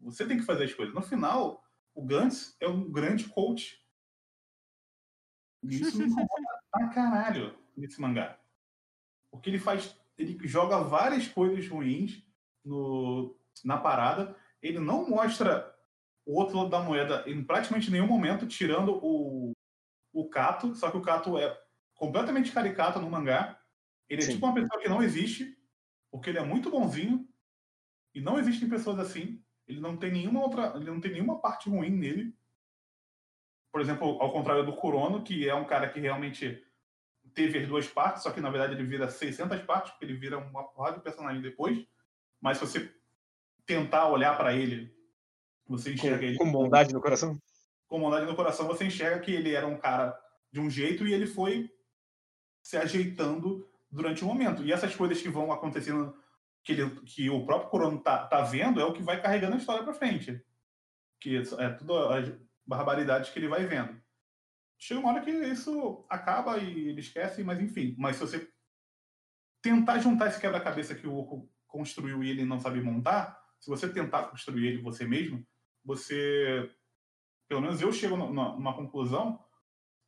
A: Você tem que fazer as coisas. No final, o Gantz é um grande coach. E isso me incomoda pra caralho nesse mangá. Porque ele faz. Ele joga várias coisas ruins no, na parada. Ele não mostra o outro lado da moeda em praticamente nenhum momento, tirando o, o Kato. Só que o Kato é completamente caricato no mangá. Ele é
C: Sim.
A: tipo uma pessoa que não existe, porque ele é muito bonzinho. E não existem pessoas assim. Ele não tem nenhuma outra. Ele não tem nenhuma parte ruim nele. Por exemplo, ao contrário do Kurono, que é um cara que realmente teve as duas partes, só que na verdade ele vira 600 partes, porque ele vira uma porrada de personagem depois. Mas se você tentar olhar pra ele, você enxerga ele
C: Com, com bondade no coração?
A: com maldade no coração, você enxerga que ele era um cara de um jeito e ele foi se ajeitando durante o momento. E essas coisas que vão acontecendo, que, ele- que o próprio Corona tá, tá vendo, é o que vai carregando a história para frente. Que é tudo as barbaridades que ele vai vendo. Chega uma hora que isso acaba e ele esquece, mas enfim. Mas se você tentar juntar esse quebra-cabeça que o Oco construiu e ele não sabe montar, se você tentar construir ele você mesmo, você pelo menos eu chego nu- nu- numa conclusão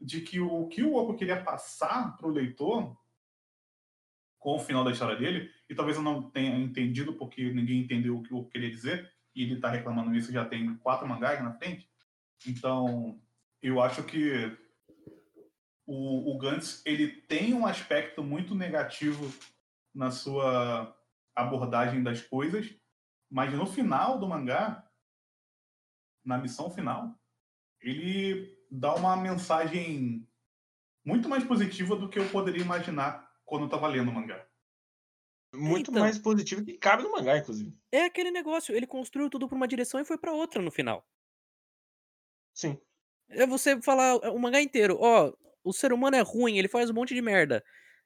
A: de que o que o Oco queria passar pro leitor com o final da história dele, e talvez eu não tenha entendido porque ninguém entendeu o que o Oco queria dizer, e ele tá reclamando isso já tem quatro mangás na frente. Então, eu acho que o, o Gantz, ele tem um aspecto muito negativo na sua abordagem das coisas, mas no final do mangá, na missão final, ele dá uma mensagem muito mais positiva do que eu poderia imaginar quando eu tava lendo o mangá.
C: Muito
D: Então.
C: mais positivo que cabe no mangá, inclusive.
D: É aquele negócio, ele construiu tudo pra uma direção e foi pra outra no final.
C: Sim.
D: É você falar o mangá inteiro, ó, o ser humano é ruim, ele faz um monte de merda.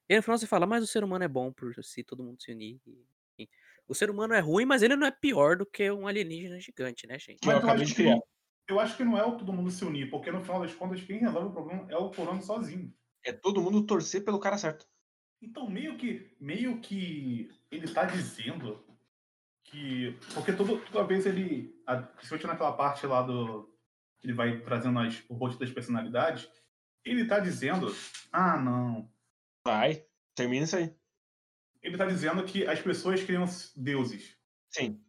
D: E aí no final você fala, mas o ser humano é bom por se todo mundo se unir. Enfim. O ser humano é ruim, mas ele não é pior do que um alienígena gigante, né, gente?
C: Que eu
A: Mas eu
C: acabei
A: acho
C: de
A: que
C: criar.
A: Eu acho que não é o todo mundo se unir, porque no final das contas quem resolve o problema é o Kurano sozinho.
C: É todo mundo torcer pelo cara certo.
A: Então meio que meio que ele tá dizendo que porque todo- toda vez ele a- principalmente naquela parte lá do que ele vai trazendo as, o rosto das personalidades, ele tá dizendo, ah não,
C: Vai. Termina isso aí.
A: ele tá dizendo que as pessoas criam deuses.
C: Sim.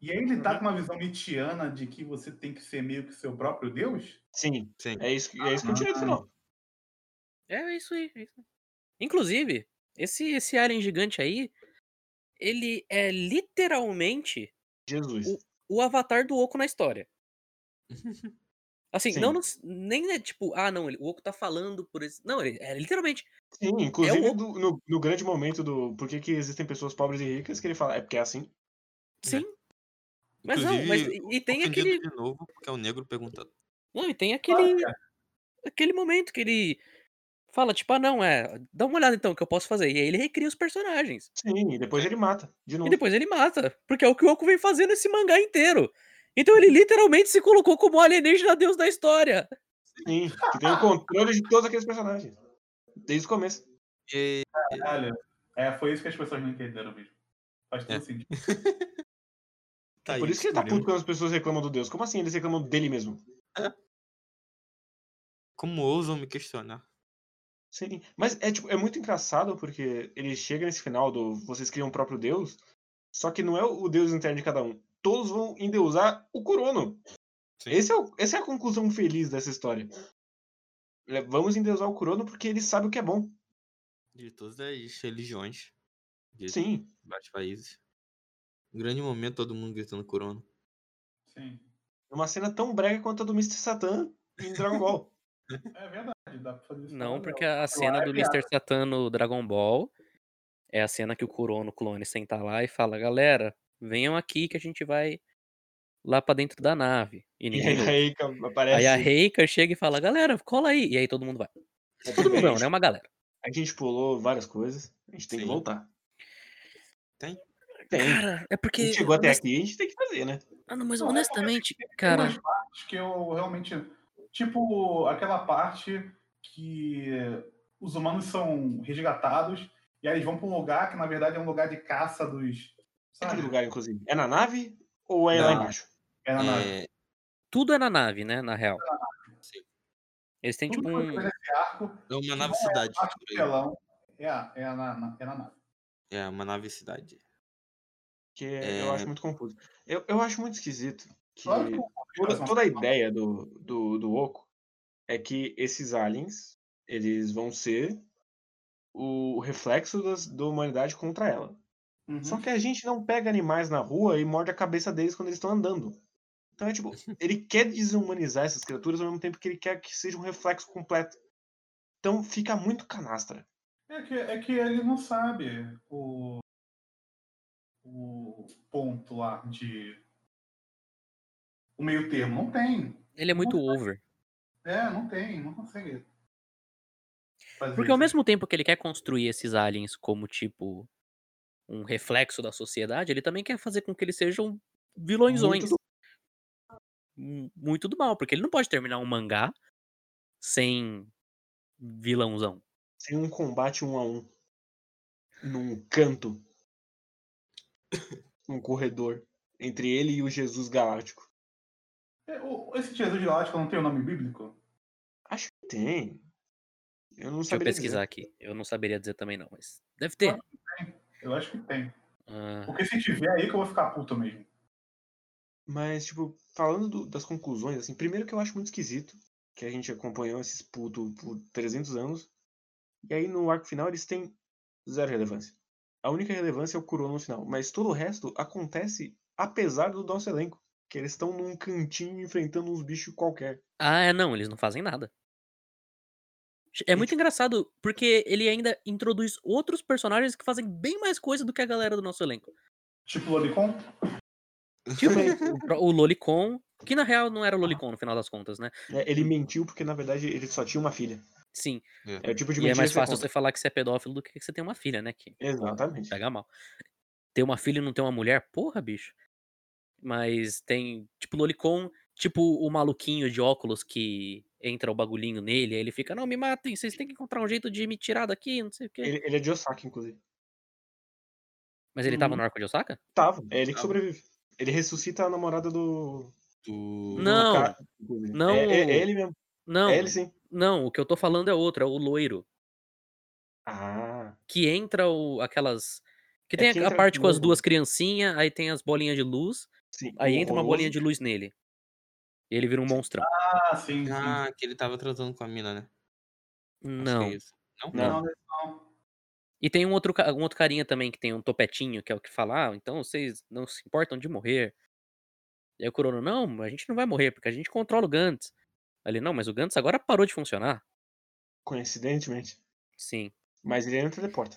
A: E aí ele
C: Uhum.
A: tá com uma visão nietzschiana de que você tem que ser meio que seu próprio deus?
C: Sim.
B: Sim.
C: É isso, que- é isso que eu tirei
D: Ah.
C: do final.
D: É isso aí. é isso aí. Inclusive, esse, esse alien gigante aí, ele é literalmente
C: Jesus.
D: o avatar do Oco na história. Assim,
C: Sim.
D: não, no s- nem é tipo, ah, não, ele- o Oco tá falando por esse. Não, ele, é literalmente.
C: Sim, inclusive
D: o-
C: do- no, no grande momento do por que, que existem pessoas pobres e ricas, que ele fala, é porque é assim.
D: Sim. Mas não, mas.
B: É, Inclusive,
D: E, e tem
B: ofendido
D: aquele.
B: De novo, porque é o negro perguntando.
D: Não, e tem aquele. Aquele momento que ele fala, tipo, ah, não, é. Dá uma olhada então o que eu posso fazer. E aí ele recria os personagens.
C: Sim, e depois ele mata, de
D: E
C: novo.
D: depois ele mata. Porque é o que o Oco vem fazendo esse mangá inteiro. Então ele literalmente se colocou como o alienígena deus da história.
C: Sim, que tem o controle de todos aqueles personagens. Desde o começo.
B: E
A: Caralho. É, foi isso que as pessoas não entenderam mesmo. Faz todo
B: É.
A: sentido.
B: tá
C: Por
B: aí,
C: isso que ele tá
B: entendeu?
C: puto quando as pessoas reclamam do Deus. Como assim eles reclamam dele mesmo?
B: Como ousam me questionar?
C: Sim, mas é, tipo, é muito engraçado porque ele chega nesse final do vocês criam o próprio Deus, só que não é o Deus interno de cada um. Todos vão endeusar o Corono.
B: Sim.
C: Esse é o- essa é a conclusão feliz dessa história. É, Vamos endeusar o Corono porque ele sabe o que é bom.
B: De todas as religiões. De
C: Sim,
B: vários países. Um grande momento, todo mundo gritando corona.
A: Sim.
C: é uma cena tão brega quanto a do Mr. Satan em Dragon Ball.
A: É verdade, dá pra fazer isso.
D: Não,
A: também,
D: porque a cena do Mr. Satan no Dragon Ball é a cena que o Kurono clone senta lá e fala, galera, venham aqui que a gente vai lá pra dentro da nave. E
C: E
D: ninguém ouve.
C: aí, aí
D: Aí a
C: aparece.
D: Reika chega e fala, galera, cola aí. E aí todo mundo vai. Todo mundo não, né? Uma galera.
C: É A gente pulou várias coisas. A gente tem que
B: Sim.
C: voltar.
B: Tem?
C: Tem.
D: Cara, é
C: A gente
D: porque.
C: chegou até aqui, a gente tem que fazer, né?
D: Ah, não, mas
A: Não, é porque
D: honestamente,
A: Tem
D: cara.
A: umas partes que eu realmente. Tipo, aquela parte que os humanos são resgatados, e aí eles vão pra um lugar que na verdade é um lugar de caça dos.
C: É que
A: Sabe?
C: lugar, inclusive? É na nave ou é lá
B: Não.
C: embaixo?
A: É na nave.
B: É,
D: Tudo é na nave, né? Na real.
B: Sim.
D: Eles têm
A: Tudo
D: tipo
A: que
D: um.
A: foi nesse arco,
B: é uma nave cidade.
A: acho
B: por
A: que o
B: aí.
A: telão é, a- é, a na, é na nave.
B: É uma nave cidade.
C: Que
B: É.
C: eu acho muito confuso. Eu, eu acho muito esquisito que
A: Claro que o- é
C: toda, toda a ideia do, do, do Oco é que esses aliens, eles vão ser o reflexo das, da humanidade contra ela.
A: Uhum.
C: Só que a gente não pega animais na rua e morde a cabeça deles quando eles estão andando. Então é tipo, ele quer desumanizar essas criaturas ao mesmo tempo que ele quer que seja um reflexo completo. Então fica muito canastra.
A: É que, é que ele não sabe o, o ponto lá de. O meio termo. Não tem.
D: Ele é muito over.
A: É, não tem. Não consegue. fazer
D: Porque ao
A: isso.
D: mesmo tempo que ele quer construir esses aliens como, tipo, um reflexo da sociedade, ele também quer fazer com que eles sejam vilõezões.
C: Muito
D: Mu- Muito do mal, porque ele não pode terminar um mangá sem vilãozão.
C: Sem um combate um a um. Num canto. Num corredor. Entre ele e o Jesus Galáctico.
A: É, o- Esse Jesus de Galáctico não tem o nome bíblico?
C: Acho que tem. Eu não
D: Deixa eu
C: sabia.
D: pesquisar aqui. Eu não saberia dizer também, não, mas deve ter.
A: Eu acho que tem.
D: Ah,
A: Porque se tiver aí que eu vou ficar puto mesmo.
C: Mas, tipo, falando do- das conclusões, assim, primeiro que eu acho muito esquisito, que a gente acompanhou esses putos por 300 anos, e aí no arco final eles têm zero relevância. A única relevância é o Kurono no final, mas todo o resto acontece apesar do nosso elenco, que eles estão num cantinho enfrentando uns bichos qualquer.
D: Ah, é, não, eles não fazem nada. Ch- É
C: E,
D: muito
C: tipo-
D: engraçado, porque ele ainda introduz outros personagens que fazem bem mais coisa do que a galera do nosso elenco.
A: Tipo Lolicon?
C: Tipo
D: O pro- O Lolicon, que na real não era o Lolicon no final das contas, né?
C: Né, Ele mentiu porque, na verdade, ele só tinha uma filha.
D: Sim,
C: É o tipo de
D: e
C: mentira
D: é mais
C: que
D: fácil
C: conta.
D: você falar que você é pedófilo do que que você tem uma filha, né? Que
C: Exatamente.
D: pega mal. Ter uma filha e não ter uma mulher? Porra, bicho. Mas tem, tipo, Lolicon, tipo o maluquinho de óculos que entra o bagulhinho nele, aí ele fica, não, me matem, vocês têm que encontrar um jeito de me tirar daqui, não sei o quê.
C: Ele, ele é de Osaka, inclusive.
D: Mas ele tava no arco de Osaka?
C: Tava. Uhum. É ele que
B: Tava.
C: sobrevive. Ele ressuscita a namorada do.
B: Do...
C: do
D: Não.
C: cara, inclusive.
D: Não.
C: É, é- é ele mesmo.
D: Não,
C: É ele sim.
D: não, o que eu tô falando é outro, é o loiro.
C: Ah.
D: Que entra o, aquelas. Que tem a-
C: É, que
D: a,
C: entra
D: parte com as
C: loiro.
D: duas criancinhas, aí tem as bolinhas de luz,
C: Sim.
D: aí
C: o
D: entra uma
C: Um horroroso.
D: bolinha de luz nele. E ele vira um monstrão.
A: Ah, sim, sim.
B: Ah, que ele tava tratando com a mina, né? Acho que é
D: Não.
B: isso. Não?
C: Não.
A: Não, né? não.
D: E tem um outro, ca- um outro carinha também que tem um topetinho, que é o que fala, ah, então vocês não se importam de morrer. E aí o Corona, não, a gente não vai morrer, porque a gente controla o Gantz. Aí Ele, não, mas o Gantz agora parou de funcionar.
C: Coincidentemente.
D: Sim.
C: Mas ele entra e teleporta.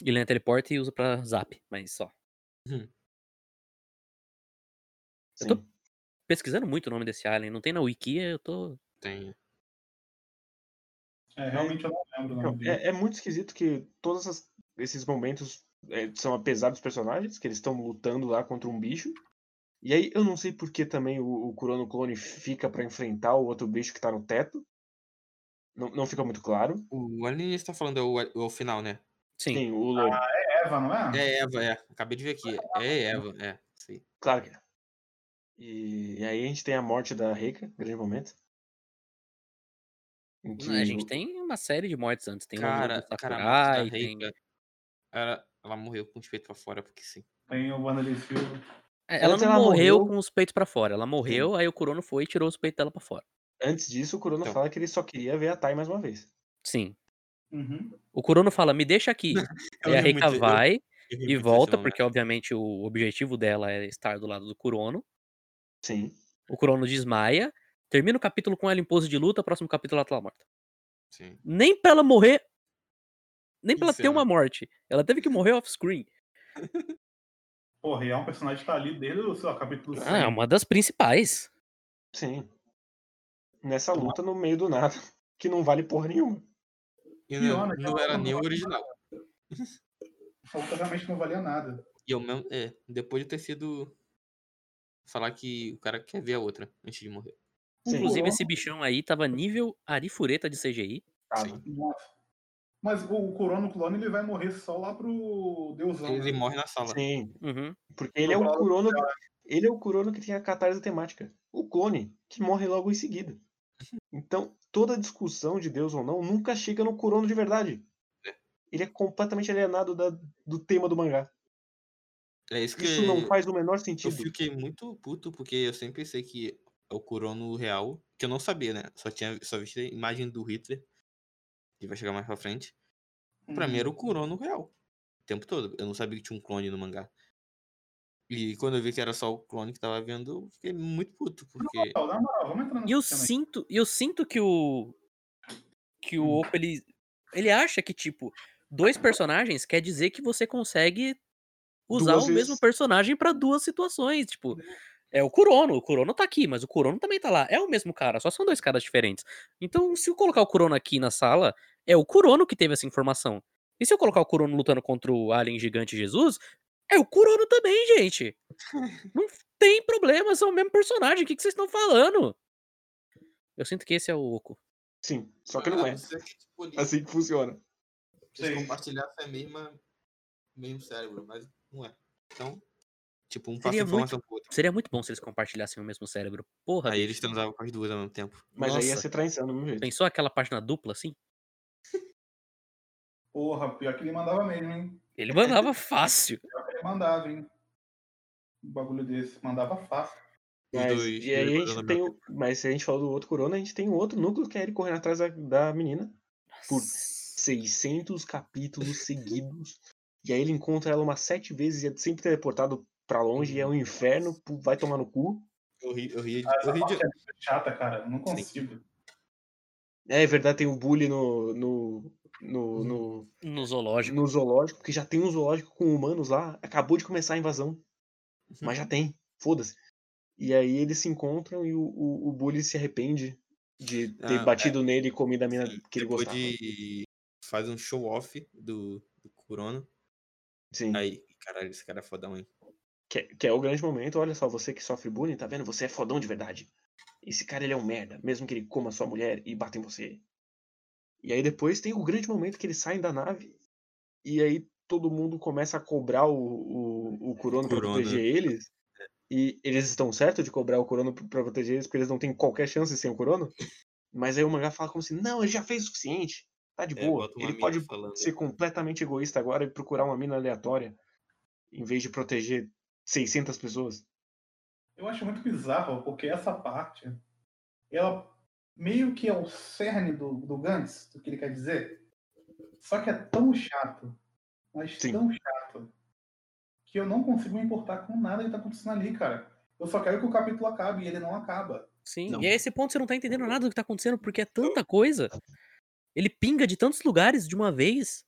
D: Ele entra teleporta e usa pra zap, mas só. Eu tô-
C: Sim.
D: Pesquisando muito o nome desse alien, não tem na wiki, eu tô
B: Tem.
A: É, realmente eu não lembro o nome
C: Então,
A: dele.
C: é, é muito esquisito que todos essas- esses momentos é, são apesar dos personagens, que eles estão lutando lá contra um bicho. E aí eu não sei por que também o, o Kurono Clone fica pra enfrentar o outro bicho que tá no teto. Não, não fica muito claro.
B: O Alien está falando é o, o final, né?
D: Sim.
C: Tem o loiro.
A: Eva, não é?
B: É Eva, é. Acabei de ver aqui. É Eva, é. Sei.
C: Claro que é. E, e aí a gente tem a morte da Reika, grande momento. Em
D: Não, A
C: que
D: gente
C: o-
D: tem uma série de mortes antes. Tem
B: Cara,
D: o do
B: cara, a
D: Sakurai,
B: morte da
D: tem...
B: Reika. Ela, ela morreu com os peitos pra fora, porque sim.
A: Tem o Wanderlei Silva.
D: É, Ela
C: Antes
D: não
C: ela
D: morreu,
C: morreu-
D: com os peitos pra fora. Ela morreu, aí o Kurono foi e tirou os peitos dela pra fora.
C: Antes disso, o Kurono
B: Então.
C: fala que ele só queria ver a Tai mais uma vez.
D: Sim.
A: Uhum.
D: O Kurono fala, me deixa aqui.
B: Eu
D: aí É a
B: ri muito,
D: Reika
B: eu- né? eu
D: vai
B: ri
D: e
B: muito desse
D: volta,
B: momento.
D: porque obviamente o objetivo dela é estar do lado do Kurono.
C: Sim.
D: O Kurono desmaia. Termina o capítulo com ela em pose de luta, próximo capítulo ela tá lá morta.
B: Sim.
D: Nem pra ela morrer. Nem pra ela
B: Isso,
D: ter uma
B: né?
D: morte. Ela teve que morrer off-screen.
A: Porra, e é um personagem que tá ali desde o seu capítulo 100.
D: Ah, é uma das principais.
C: Sim. Nessa
D: Então,
A: Tomar-
C: luta no meio do nada, que não vale porra nenhuma.
B: E
A: Pior,
B: não,
A: né,
B: não
A: cara?
B: era nem o original.
A: Falou que realmente Então, não valia nada.
B: E eu mesmo, é, depois de ter sido. Falar que o cara quer ver a outra antes de morrer.
C: Sim.
D: Inclusive,
A: Sim.
D: esse bichão aí tava nível Arifureta de CGI.
C: Tava.
B: Sim.
A: Nossa. Mas o, o Kurono Clone ele vai morrer só lá pro Deusão.
B: Ele
A: né?
B: morre na sala.
C: Sim,
D: Uhum.
C: porque ele é o
A: Provável
C: Kurono. Ele é o Kurono que tem a catarse temática. O clone, que morre logo em seguida. Então, toda discussão de Deus ou não nunca chega no Kurono de verdade. Ele é completamente alienado da- do tema do mangá.
B: É isso que
C: Isso não faz o menor
B: eu
C: sentido.
B: fiquei muito puto, porque eu sempre pensei que é o Kurono real, que eu não sabia, né? Só tinha só visto a imagem do Hitler, que vai chegar mais pra frente. Pra mim era
A: Uhum.
C: Uhum.
B: o Kurono real. O tempo todo. Eu não sabia que tinha um clone no mangá. E quando eu vi que era só o clone que tava vendo, eu fiquei muito puto,
C: é,
B: porque.
A: Não, na moral, vamos entrar no
D: E eu
A: sistema aí.
D: sinto, e eu sinto que o que o
A: Hum.
D: Opa ele ele acha que tipo dois personagens quer dizer que você consegue usar
C: Duas
D: o mesmo
C: vezes. Né.
D: personagem pra duas situações, tipo, é o Kurono, o Kurono tá aqui, mas o Kurono também tá lá, é o mesmo cara, só são dois caras diferentes. Então, se eu colocar o Kurono aqui na sala, é o Kurono que teve essa informação. E se eu colocar o Kurono lutando contra o alien gigante Jesus, é o Kurono também, gente. Não tem problema, são o mesmo personagem. O que, que vocês estão falando? Eu sinto que esse é o Oco.
C: Sim, só que não
B: Ah,
C: é.
B: Assim,
C: Assim que funciona.
A: Sim.
B: compartilhassem a é mesma. mesmo cérebro, mas não é. Então, tipo, um passa
D: Seria muito-
B: informação pro outro.
D: Seria muito bom se eles compartilhassem o mesmo cérebro. Porra,
B: Aí eles transavam com as duas ao mesmo tempo.
C: Mas aí ia
D: Nossa.
C: ser traição do mesmo jeito.
D: pensou aquela página dupla assim?
A: Porra, pior que ele mandava mesmo, hein?
D: Ele mandava fácil.
A: Ele mandava, hein? Um bagulho desse. Mandava fácil.
B: Os
C: Mas,
B: dois-
C: e aí
B: dois
C: a
B: mandando
C: gente tem o, mas se a gente falou do outro corona, a gente tem o outro núcleo que é ele correndo atrás da, da menina. Por 600 capítulos seguidos. E aí ele encontra ela umas sete vezes e é sempre teleportado pra longe. E é um inferno, pu- vai tomar no cu.
B: Eu ri, eu ri, de-
A: Essa
B: eu ri de-
A: parte é muito chata, cara. Não consigo.
C: É verdade, tem o bully no, no, no,
B: Hum.
C: no,
D: No zoológico.
C: no zoológico, porque já tem um zoológico com humanos lá. Acabou de começar a invasão.
B: Uhum.
C: Mas já tem, foda-se. E aí eles se encontram e o, o, o bully se arrepende de ter
B: Ah, é.
C: batido nele e comido a mina
B: Sim,
C: que ele
B: assim, depois
C: gostava.
B: de- Faz um show-off do, do Corona.
C: Sim.
B: Aí, caralho, esse cara é fodão, hein?
C: Que, é- que é o grande momento, olha só, você que sofre bullying, tá vendo? Você é fodão de verdade. Esse cara, ele é um merda, mesmo que ele coma sua mulher e bata em você. E aí depois tem o grande momento que eles saem da nave e aí todo mundo começa a cobrar o, o, o Kurono pra
B: Kurono.
C: proteger eles. E eles estão certos de cobrar o Kurono pra- pra proteger eles, porque eles não têm qualquer chance sem o Kurono. Mas aí o mangá fala como assim, não, ele já fez o suficiente, tá de
B: É,
C: boa,
B: bota uma
C: ele
B: mina
C: pode
B: falando.
C: ser completamente egoísta agora e procurar uma mina aleatória em vez de proteger 600 pessoas.
A: Eu acho muito bizarro, porque essa parte, ela meio que é o cerne do, do Gantz, do que ele quer dizer. Só que é tão chato, mas
C: Sim.
A: tão chato, que eu não consigo me importar com nada que tá acontecendo ali, cara. Eu só quero que o capítulo acabe e ele não acaba.
D: Sim.
B: Não.
D: E a esse ponto você não tá entendendo nada do que tá acontecendo, porque é tanta coisa. Ele pinga de tantos lugares de uma vez.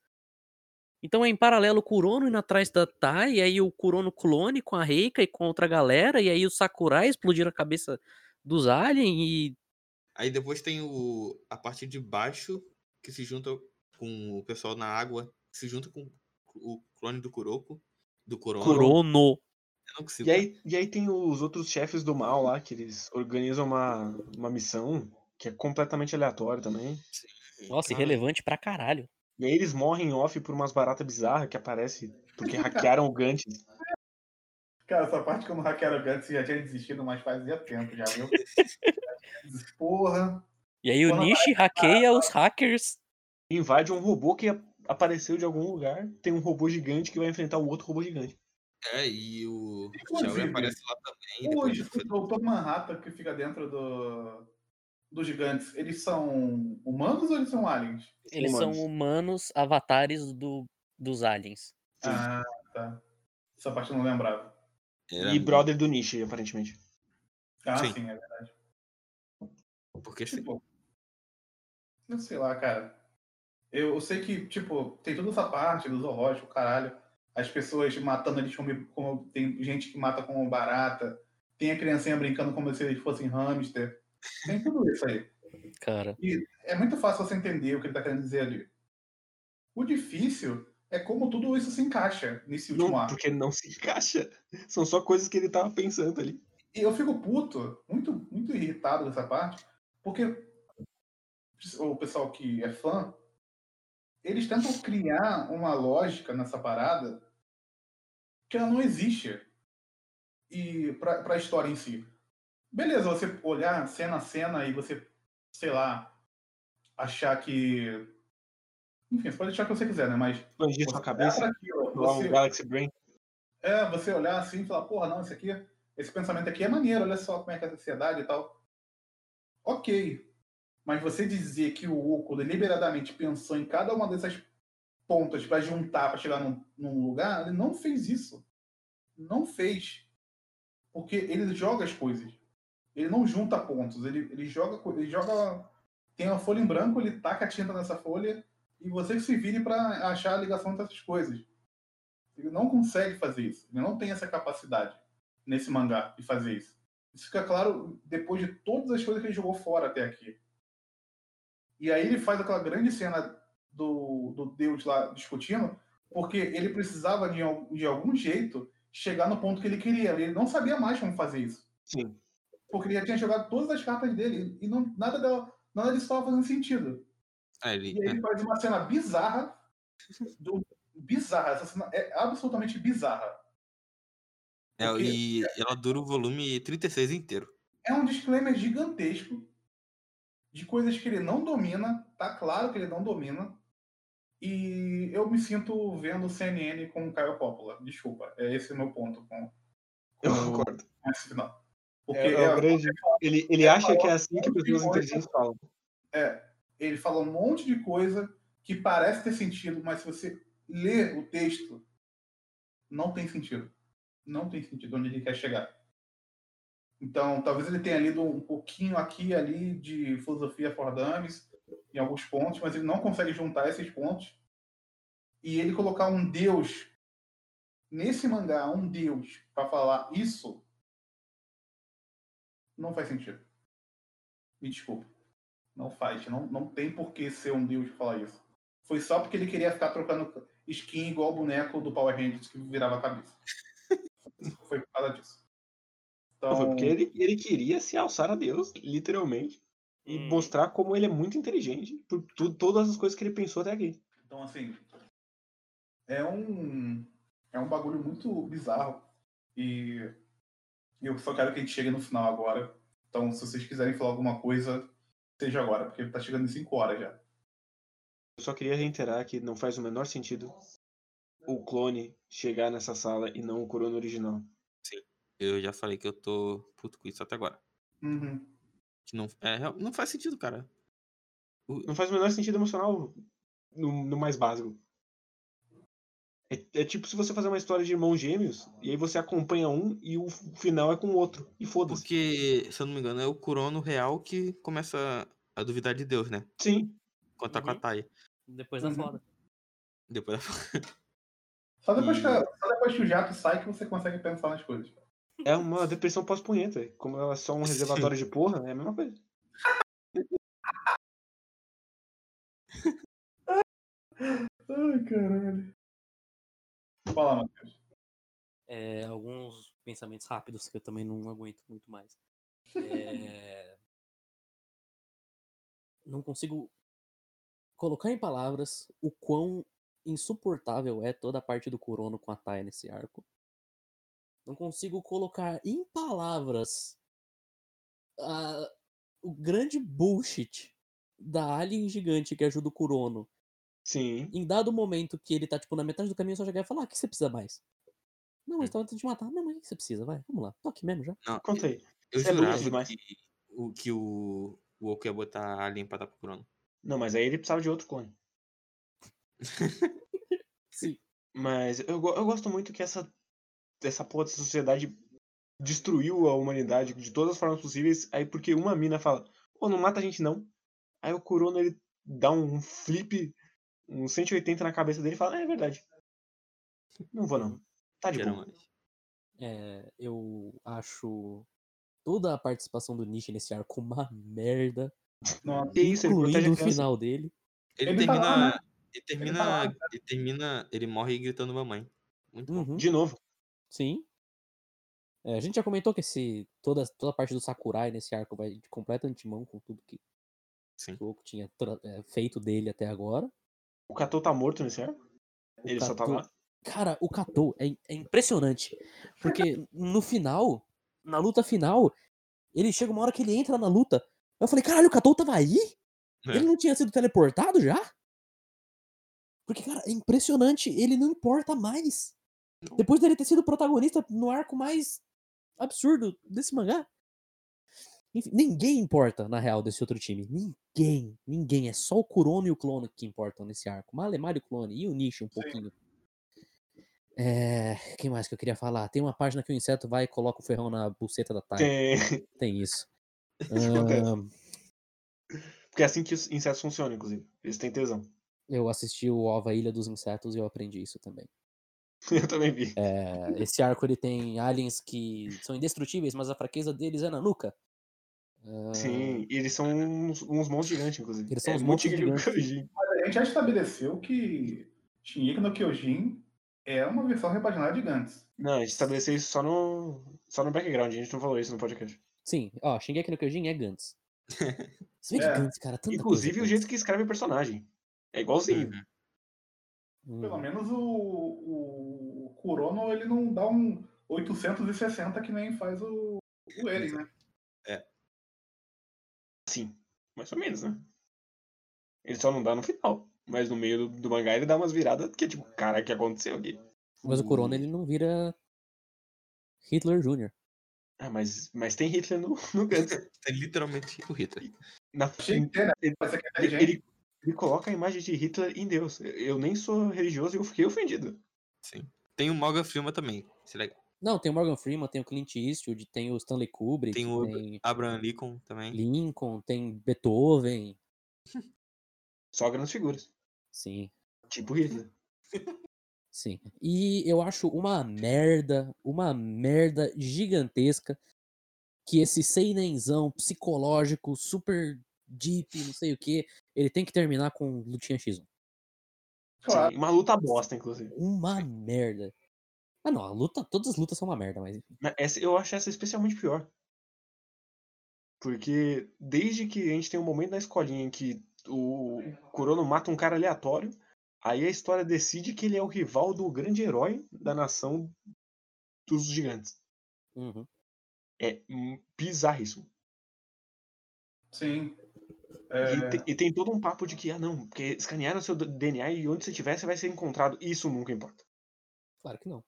D: Então é em paralelo o Kurono indo atrás da Tai, e aí o Kurono clone com a Reika e com outra galera, e aí o Sakurai explodir a cabeça dos aliens e.
B: Aí depois tem o, a parte de baixo que se junta com o pessoal na água, que se junta com o clone do Kuroko, do Corona.
D: Kurono.
B: Eu não consigo.
C: E aí, e aí tem os outros chefes do mal lá, que eles organizam uma, uma missão que é completamente aleatória também.
D: Nossa,
B: Cara,
D: irrelevante pra caralho.
C: E aí eles morrem em off por umas baratas bizarras que aparecem porque hackearam o Gantz.
A: Cara, essa parte que eu não hackearam o Gantz já tinha desistido, mas fazia tempo já, viu? Porra.
D: E aí o
A: Porra,
D: Nishi hackeia os hackers.
C: Invade um robô que a- apareceu de algum lugar, tem um robô gigante que vai enfrentar um outro robô gigante.
B: É, e o Xiaomi
A: Inclusive,
B: aparece lá também. depois
A: Hoje,
B: do-
A: o Dr. Manhattan que fica dentro do, dos gigantes, eles são humanos ou eles são aliens?
D: Eles são humanos avatares do, dos aliens.
A: Ah, tá. Essa parte eu não lembrava.
B: Era
D: um
C: E brother do Nishi, aparentemente.
A: Ah,
B: Sim.
A: sim, é verdade.
B: Porque assim,
A: Tipo, eu sei lá, cara. Eu, eu sei que, tipo, tem toda essa parte do zoológico, caralho. As pessoas matando eles como, como- tem gente que mata como barata. Tem a criancinha brincando como se eles fossem hamster. Tem tudo isso aí.
D: Cara.
A: É muito fácil você entender o que ele tá querendo dizer ali. O difícil é como tudo isso se encaixa nesse último
C: Não,
A: arco.
C: porque não se encaixa. São só coisas que ele tava pensando ali.
A: E eu fico puto, muito, muito irritado nessa parte, porque o pessoal que é fã, eles tentam criar uma lógica nessa parada que ela não existe e pra, pra história em si. Beleza, você olhar cena a cena e você, sei lá, achar que. Enfim, você pode achar o que você quiser, né? Mas.
C: Expandir
A: você
C: sua
A: olhar
C: cabeça,
A: pra aquilo,
C: lá um
A: você-
C: Galaxy Brain.
A: é, você olhar assim e falar, porra, não, esse aqui, esse pensamento aqui é maneiro, olha só como é que é a sociedade e tal. Ok. Mas você dizer que o Oco deliberadamente pensou em cada uma dessas pontas para juntar, para chegar num, num lugar, ele não fez isso. Não fez. Porque ele joga as coisas. Ele não junta pontos, ele, ele joga. co- Ele joga. Tem uma folha em branco, ele taca a tinta nessa folha e você que se vire para achar a ligação entre essas coisas. Ele não consegue fazer isso. Ele não tem essa capacidade nesse mangá de fazer isso. Isso fica claro depois de todas as coisas que ele jogou fora até aqui. E aí ele faz aquela grande cena do, do Deus lá discutindo, porque ele precisava de, al- de algum jeito chegar no ponto que ele queria. Ele não sabia mais como fazer isso.
C: Sim.
A: Porque ele já tinha jogado todas as cartas dele e não, nada, dela, nada disso estava fazendo sentido.
B: É, ele,
A: E aí ele faz uma cena bizarra. do- bizarra. Essa cena é absolutamente bizarra.
B: é,
A: porque-
B: e ela dura o volume 36 inteiro.
A: É um disclaimer gigantesco de coisas que ele não domina. Tá claro que ele não domina. E eu me sinto vendo CNN com o Caio Coppola. Desculpa. É esse o meu ponto com, com
C: Eu concordo.
A: com esse final. Porque
C: É, é o
A: é-
C: grande- Ele, ele acha que é assim que pessoas
A: Sim,
C: inteligentes falam.
A: É, ele fala um monte de coisa que parece ter sentido, mas se você ler o texto, não tem sentido. Não tem sentido onde ele quer chegar. Então, talvez ele tenha lido um pouquinho aqui e ali de filosofia for dummies em alguns pontos, mas ele não consegue juntar esses pontos. E ele colocar um deus nesse mangá, um deus para falar isso não faz sentido. Me desculpe. Não faz. Não, não tem por que ser um deus pra falar isso. Foi só porque ele queria ficar trocando skin igual o boneco do Power Rangers que virava a cabeça. Foi por causa disso. Então,
C: Foi porque ele, ele queria se alçar a Deus, literalmente, e
E: Hum.
C: mostrar como ele é muito inteligente por tu- todas as coisas que ele pensou até aqui.
A: então assim, é um é um bagulho muito bizarro e eu só quero que a gente chegue no final agora. Então, se vocês quiserem falar alguma coisa, seja agora, porque tá chegando em 5 horas já.
C: Eu só queria reiterar que não faz o menor sentido o clone chegar nessa sala e não o Corona original.
B: Eu já falei que eu tô puto com isso até agora.
A: Uhum.
B: Que não, é, real- não faz sentido, cara.
C: Não faz o menor sentido emocional no, no mais básico. É, é tipo se você fazer uma história de irmãos gêmeos e aí você acompanha um e o final é com o outro. E foda-se.
B: Porque, se eu não me engano, é o Kurono real que começa a duvidar de Deus, né?
C: Sim.
B: Quando tá com a
E: Uhum.
B: Tai.
E: Depois da
A: Uhum.
E: foda.
B: Depois
A: Só depois, que,
B: E-
A: só depois que o jato sai que você consegue pensar nas coisas.
C: É uma depressão pós-punheta. Como ela é só um
B: Sim.
C: reservatório de porra, é a mesma coisa.
A: Ai, caralho. Fala, mano.
E: É, alguns pensamentos rápidos que eu também não aguento muito mais. É, não consigo colocar em palavras o quão insuportável é toda a parte do Kurono com a Thay nesse arco. Não consigo colocar em palavras a- o grande bullshit da alien gigante que ajuda o Kurono.
C: Sim.
E: Em dado momento que ele tá, tipo, na metade do caminho, só chegar e falar, ah, o que você precisa mais? Não, eles estavam tentando te matar. Não, mas o que você precisa? Vai, vamos lá. Tô aqui mesmo já.
B: Não,
C: Conta aí.
B: eu
C: Isso é burro
B: jurava
C: demais.
B: que o, que o, o Oku ia botar a alien pra dar pro Kurono.
C: Não, mas aí ele precisava de outro clone.
E: Sim.
C: Mas eu, go- eu gosto muito que essa, essa porra dessa sociedade destruiu a humanidade de todas as formas possíveis. Aí porque uma mina fala, pô, não mata a gente não. Aí o Corona ele dá um flip, um 180 na cabeça dele e fala, é, é verdade. Não vou não. Tá de
B: Que era
C: boa.
B: uma-
E: É, eu acho toda a participação do Nishi nesse arco uma merda.
A: Nossa,
C: Que é isso, ele
E: incluindo
C: protege a
E: o
C: criança.
E: final dele.
B: Ele,
A: Ele tá
B: termina.
A: lá,
B: Ele
A: Ele
B: termina.
A: tá lá,
B: Ele, termina. Ele morre gritando mamãe. Muito bom.
E: Uhum,
C: De novo.
E: sim. É, a gente já comentou que esse, toda, toda a parte do Sakurai nesse arco vai de completo antemão com tudo que
B: Sim.
D: que o Oco tinha tra- é, feito dele até agora.
C: O Katou tá morto nesse ar?
D: O
C: Ele só tá
D: Katou-
C: lá?
D: Cara, o Katou é, é impressionante. Porque no final, na luta final, ele chega uma hora que ele entra na luta. Eu falei, caralho, o Katou tava aí?
B: É.
D: Ele não tinha sido teleportado já? Porque, cara, é impressionante. Ele não importa mais. Depois dele ter sido o protagonista no arco mais absurdo desse mangá. Enfim, ninguém importa, na real, desse outro time. Ninguém, ninguém. É só o Kurono e o Clone que importam nesse arco. Malemar e o Clone. E o Nishi um pouquinho. É... Quem mais que eu queria falar? Tem uma página que o inseto vai e coloca o ferrão na buceta da
E: tá.
D: Thay.
C: Tem.
D: Tem isso.
C: acontece.
D: Ahn,
C: Porque é assim que os insetos funcionam, inclusive. Eles têm tesão.
D: eu assisti o Ova Ilha dos Insetos e eu aprendi isso também.
C: Eu também vi.
D: É, esse arco ele tem aliens que são indestrutíveis, mas a fraqueza deles é na nuca. Ahn,
C: Sim, e eles são uns, uns montes gigantes, inclusive.
D: Eles são
C: É,
D: uns
C: monte
D: montes
C: gigante.
A: Mas a gente já estabeleceu que Shingeki no Kyojin é uma versão repaginada de Gantz.
C: Não, a gente estabeleceu isso só no, só no background, a gente não falou isso no podcast.
D: Sim, ó, Shingeki no Kyojin é Gantz. Se bem que
A: É.
D: Gantz, cara, tanta
C: Inclusive o
D: coisa,
C: jeito que escreve o personagem. É igualzinho.
B: Uhum.
A: Pelo
C: Uhum.
D: Gantz. Hum,
A: menos o, o Kurono ele não dá um 860 que nem faz o, o Eren, né?
C: Sim, assim, mais ou menos, né? Ele só não dá no final. Mas no meio do, do mangá ele dá umas viradas que é tipo, cara, o que aconteceu aqui?
D: Mas o Corona ele não vira Hitler Jr.
C: Ah, mas, mas tem Hitler no, no Guts.
B: É literalmente o Hitler.
C: Na,
A: Achei que tem, né?
C: ele-
A: Mas é que tem
C: ele,
A: gente.
C: ele- ele coloca a imagem de Hitler em Deus. Eu- Eu nem sou religioso e eu fiquei ofendido.
B: Tem o Morgan Freeman também. Esse é legal.
D: Não, tem o Morgan Freeman, tem o Clint Eastwood, tem o Stanley Kubrick,
B: Tem o-
D: tem
B: Abraham Lincoln também.
D: Lincoln, tem Beethoven.
C: Só grandes figuras.
D: Sim,
C: Tipo Hitler.
D: sim. E eu acho uma merda, uma merda gigantesca que esse seinenzão psicológico, super deep, não sei o que, ele tem que terminar com Lutinha X1.
A: Claro,
C: Sim, Tipo, uma luta bosta, inclusive.
D: Uma merda. Ah não, a luta, todas as lutas são uma merda, mas enfim.
C: Mas essa- eu acho essa especialmente pior. Porque desde que a gente tem um momento na escolinha em que o Kurono mata um cara aleatório, aí a história decide que ele é o rival do grande herói da nação dos gigantes.
D: Uhum.
C: É hum, bizarríssimo.
A: sim. É,
C: E, tem, e tem todo um papo de que, ah não, porque escanearam seu DNA e onde você estiver você vai ser encontrado. Isso nunca importa.
D: Claro que não.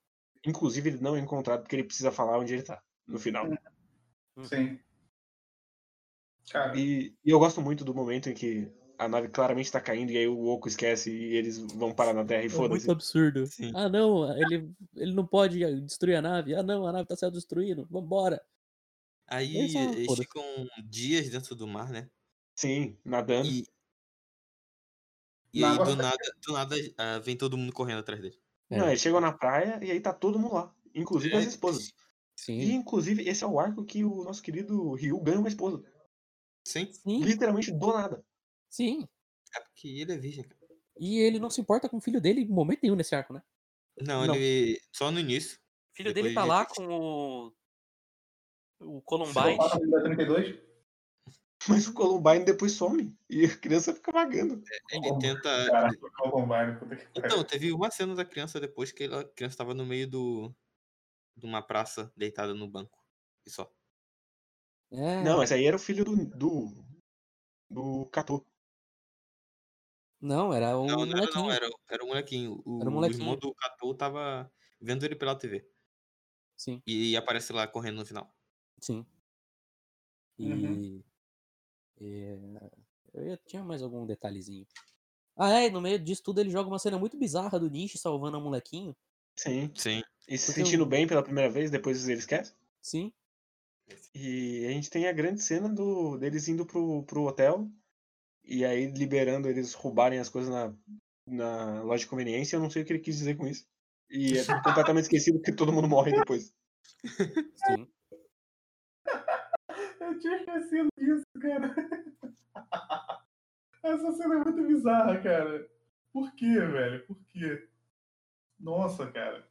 C: Inclusive ele não é encontrado porque ele precisa falar onde ele tá no final.
A: sim. Cara,
C: E, e eu gosto muito do momento em que a nave claramente tá caindo e aí o Oco esquece e eles vão parar na Terra e
D: É
C: foda-se.
D: muito absurdo.
B: Sim.
D: Ah não, ele, ele não pode destruir a nave. Ah não, a nave tá sendo destruída. Vambora.
B: Aí eles,
D: Eles são- foda-se.
B: ficam dias dentro do mar, né?
C: Sim, nadando.
B: E, e
A: Na
B: aí
A: água
B: do nada, do nada ah, vem todo mundo correndo atrás dele.
C: Não,
D: É.
C: eles chegam na praia e aí tá todo mundo lá, inclusive
B: É,
C: as esposas. E
D: Sim.
C: inclusive esse é o arco que o nosso querido Ryu ganha uma esposa.
B: Sim,
D: Sim,
C: Literalmente do nada.
D: sim.
B: é porque ele é virgem, cara.
D: E ele não se importa com o filho dele em momento nenhum nesse arco, né?
B: Não,
C: Não.
B: ele. Só no início.
E: O filho
B: Depois
E: dele tá
B: de-
E: lá com o. O Columbine.
A: psicopata da 32,
C: Mas o Columbine depois some e a criança fica vagando.
B: Ele
A: Como?
C: É.
B: tenta.
A: cara, o Columbine, né? puta que pariu.
B: Então, teve uma cena da criança depois que ela- a criança tava no meio do. de uma praça deitada no banco. E só.
D: É,
C: Não, esse aí era o filho do. do. do Kato.
D: não, era o
B: Não, não era,
D: Um molequinho.
B: não, era, era o molequinho. O,
D: Era o
B: o
D: molequinho.
B: irmão do Kato tava vendo ele pela TV.
D: Sim,
B: E, aparece lá correndo no final.
D: sim. E...
A: Uhum.
D: e- é, Eu ia- tinha mais algum detalhezinho. Ah, é, e no meio disso tudo ele joga uma cena muito bizarra do Nishi salvando o molequinho.
C: Sim.
B: Sim.
C: E se
D: Porque o-
C: sentindo bem pela primeira vez, depois ele esquece.
D: Sim,
C: E a gente tem a grande cena do, deles indo pro, pro hotel e aí liberando eles roubarem as coisas na, na loja de conveniência. Eu não sei o que ele quis dizer com isso. E é completamente esquecido que todo mundo morre depois.
D: sim.
A: Eu tinha esquecido disso, cara. Essa cena é muito bizarra, cara. Por quê, velho? Por quê? Nossa, cara.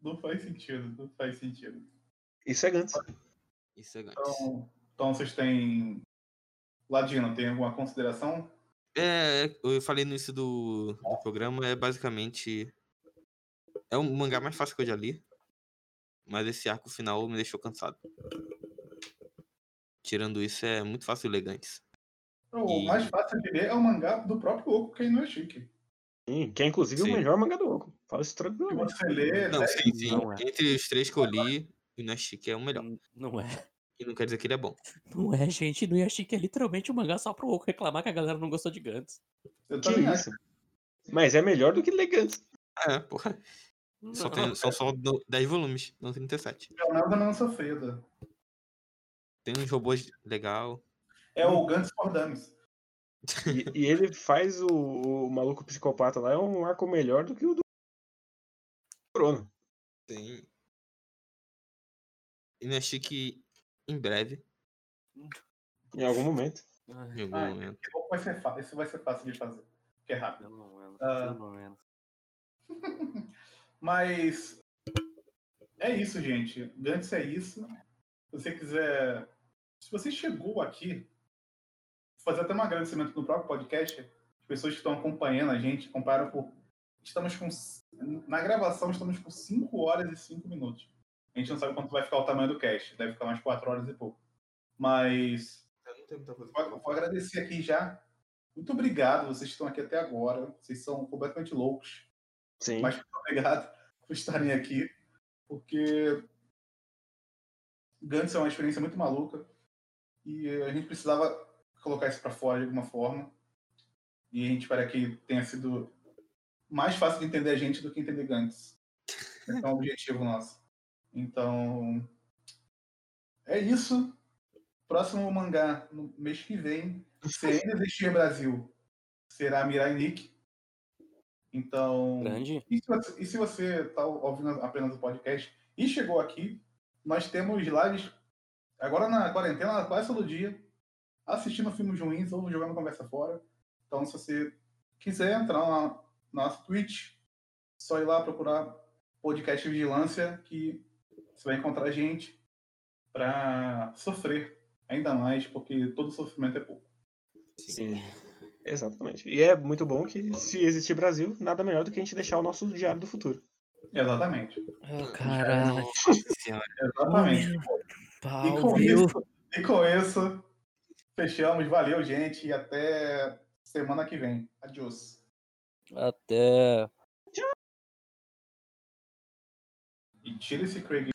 A: Não faz sentido, não faz sentido.
C: Isso é Gantz.
B: Isso é Gantz.
A: Então, então vocês têm Ladino, tem alguma consideração?
B: É, é, eu falei no início do, do programa, é basicamente. É o mangá mais fácil que eu já li. Mas esse arco final me deixou cansado. Tirando isso, é muito fácil e elegante.
A: O
B: E-
A: mais fácil de ler é o mangá do próprio é Oku Kainoshiki.
C: Sim, que é inclusive
B: Sim.
C: o melhor mangá do Oco. Fala isso
A: Que
C: tranquilamente.
A: você lê né?
B: Não, sim, sim.
E: não é.
B: Entre os três que eu li, o Inashiki é o melhor.
E: N- Não é. E
B: E não quer dizer que ele é bom.
E: Não é, gente. Não ia achar que é literalmente um mangá só pro Oco reclamar que a galera não gostou de Gantz.
A: Eu
C: Que
A: também acho.
C: isso? Mas é melhor do que elegante.
B: É, porra. Só tem, são só do- 10 volumes, não 37.
A: Leonardo não sofrida.
B: Tem uns robôs legal.
A: É o Gantz for Dummies.
C: E, e ele faz o, o maluco psicopata lá, é um arco melhor do que o do Corona.
B: Tem. Inashiki em breve,
C: Em algum momento.
B: em algum
A: Ai.
B: momento.
A: Vai ser fa- Isso vai ser fácil de fazer. Porque é rápido.
E: Pelo menos,
A: Ah.
E: pelo menos.
A: Mas é isso, gente. Gantz é isso. Se você quiser. Se você chegou aqui, vou fazer até um agradecimento no próprio podcast. As pessoas que estão acompanhando a gente, comparam por. Estamos com. Na gravação, estamos com 5 horas e 5 minutos. A gente não sabe quanto vai ficar o tamanho do cast. Deve ficar umas 4 horas e pouco. Mas Vou vou agradecer aqui já. Muito obrigado, vocês estão aqui até agora. Vocês são completamente loucos.
C: Sim.
A: Mas muito obrigado por estarem aqui, porque Gantz é uma experiência muito maluca e a gente precisava colocar isso para fora de alguma forma. E a gente espera que tenha sido mais fácil de entender a gente do que entender Gantz. Esse é um objetivo nosso. Então, é isso. Próximo mangá, no mês que vem, se ainda existir Brasil, será Mirai Nick. Então,
E: Grande.
A: e se você- e se você está ouvindo apenas o podcast e chegou aqui, nós temos lives agora na quarentena, quase todo dia, assistindo filmes ruins ou jogando conversa fora. Então, se você quiser entrar na na nossa Twitch, só ir lá procurar podcast Vigilância que você vai encontrar gente para sofrer ainda mais, porque todo sofrimento é pouco.
E: Sim.
C: Exatamente. E é muito bom que, se existir Brasil, nada melhor do que a gente deixar o nosso diário do futuro.
A: Exatamente.
E: Oh, caralho.
A: Exatamente. E
E: Pau,
A: com,
E: viu?
A: isso, e com isso, fechamos. Valeu, gente. E até semana que vem. Adiós.
E: Até.
A: E tira esse Craig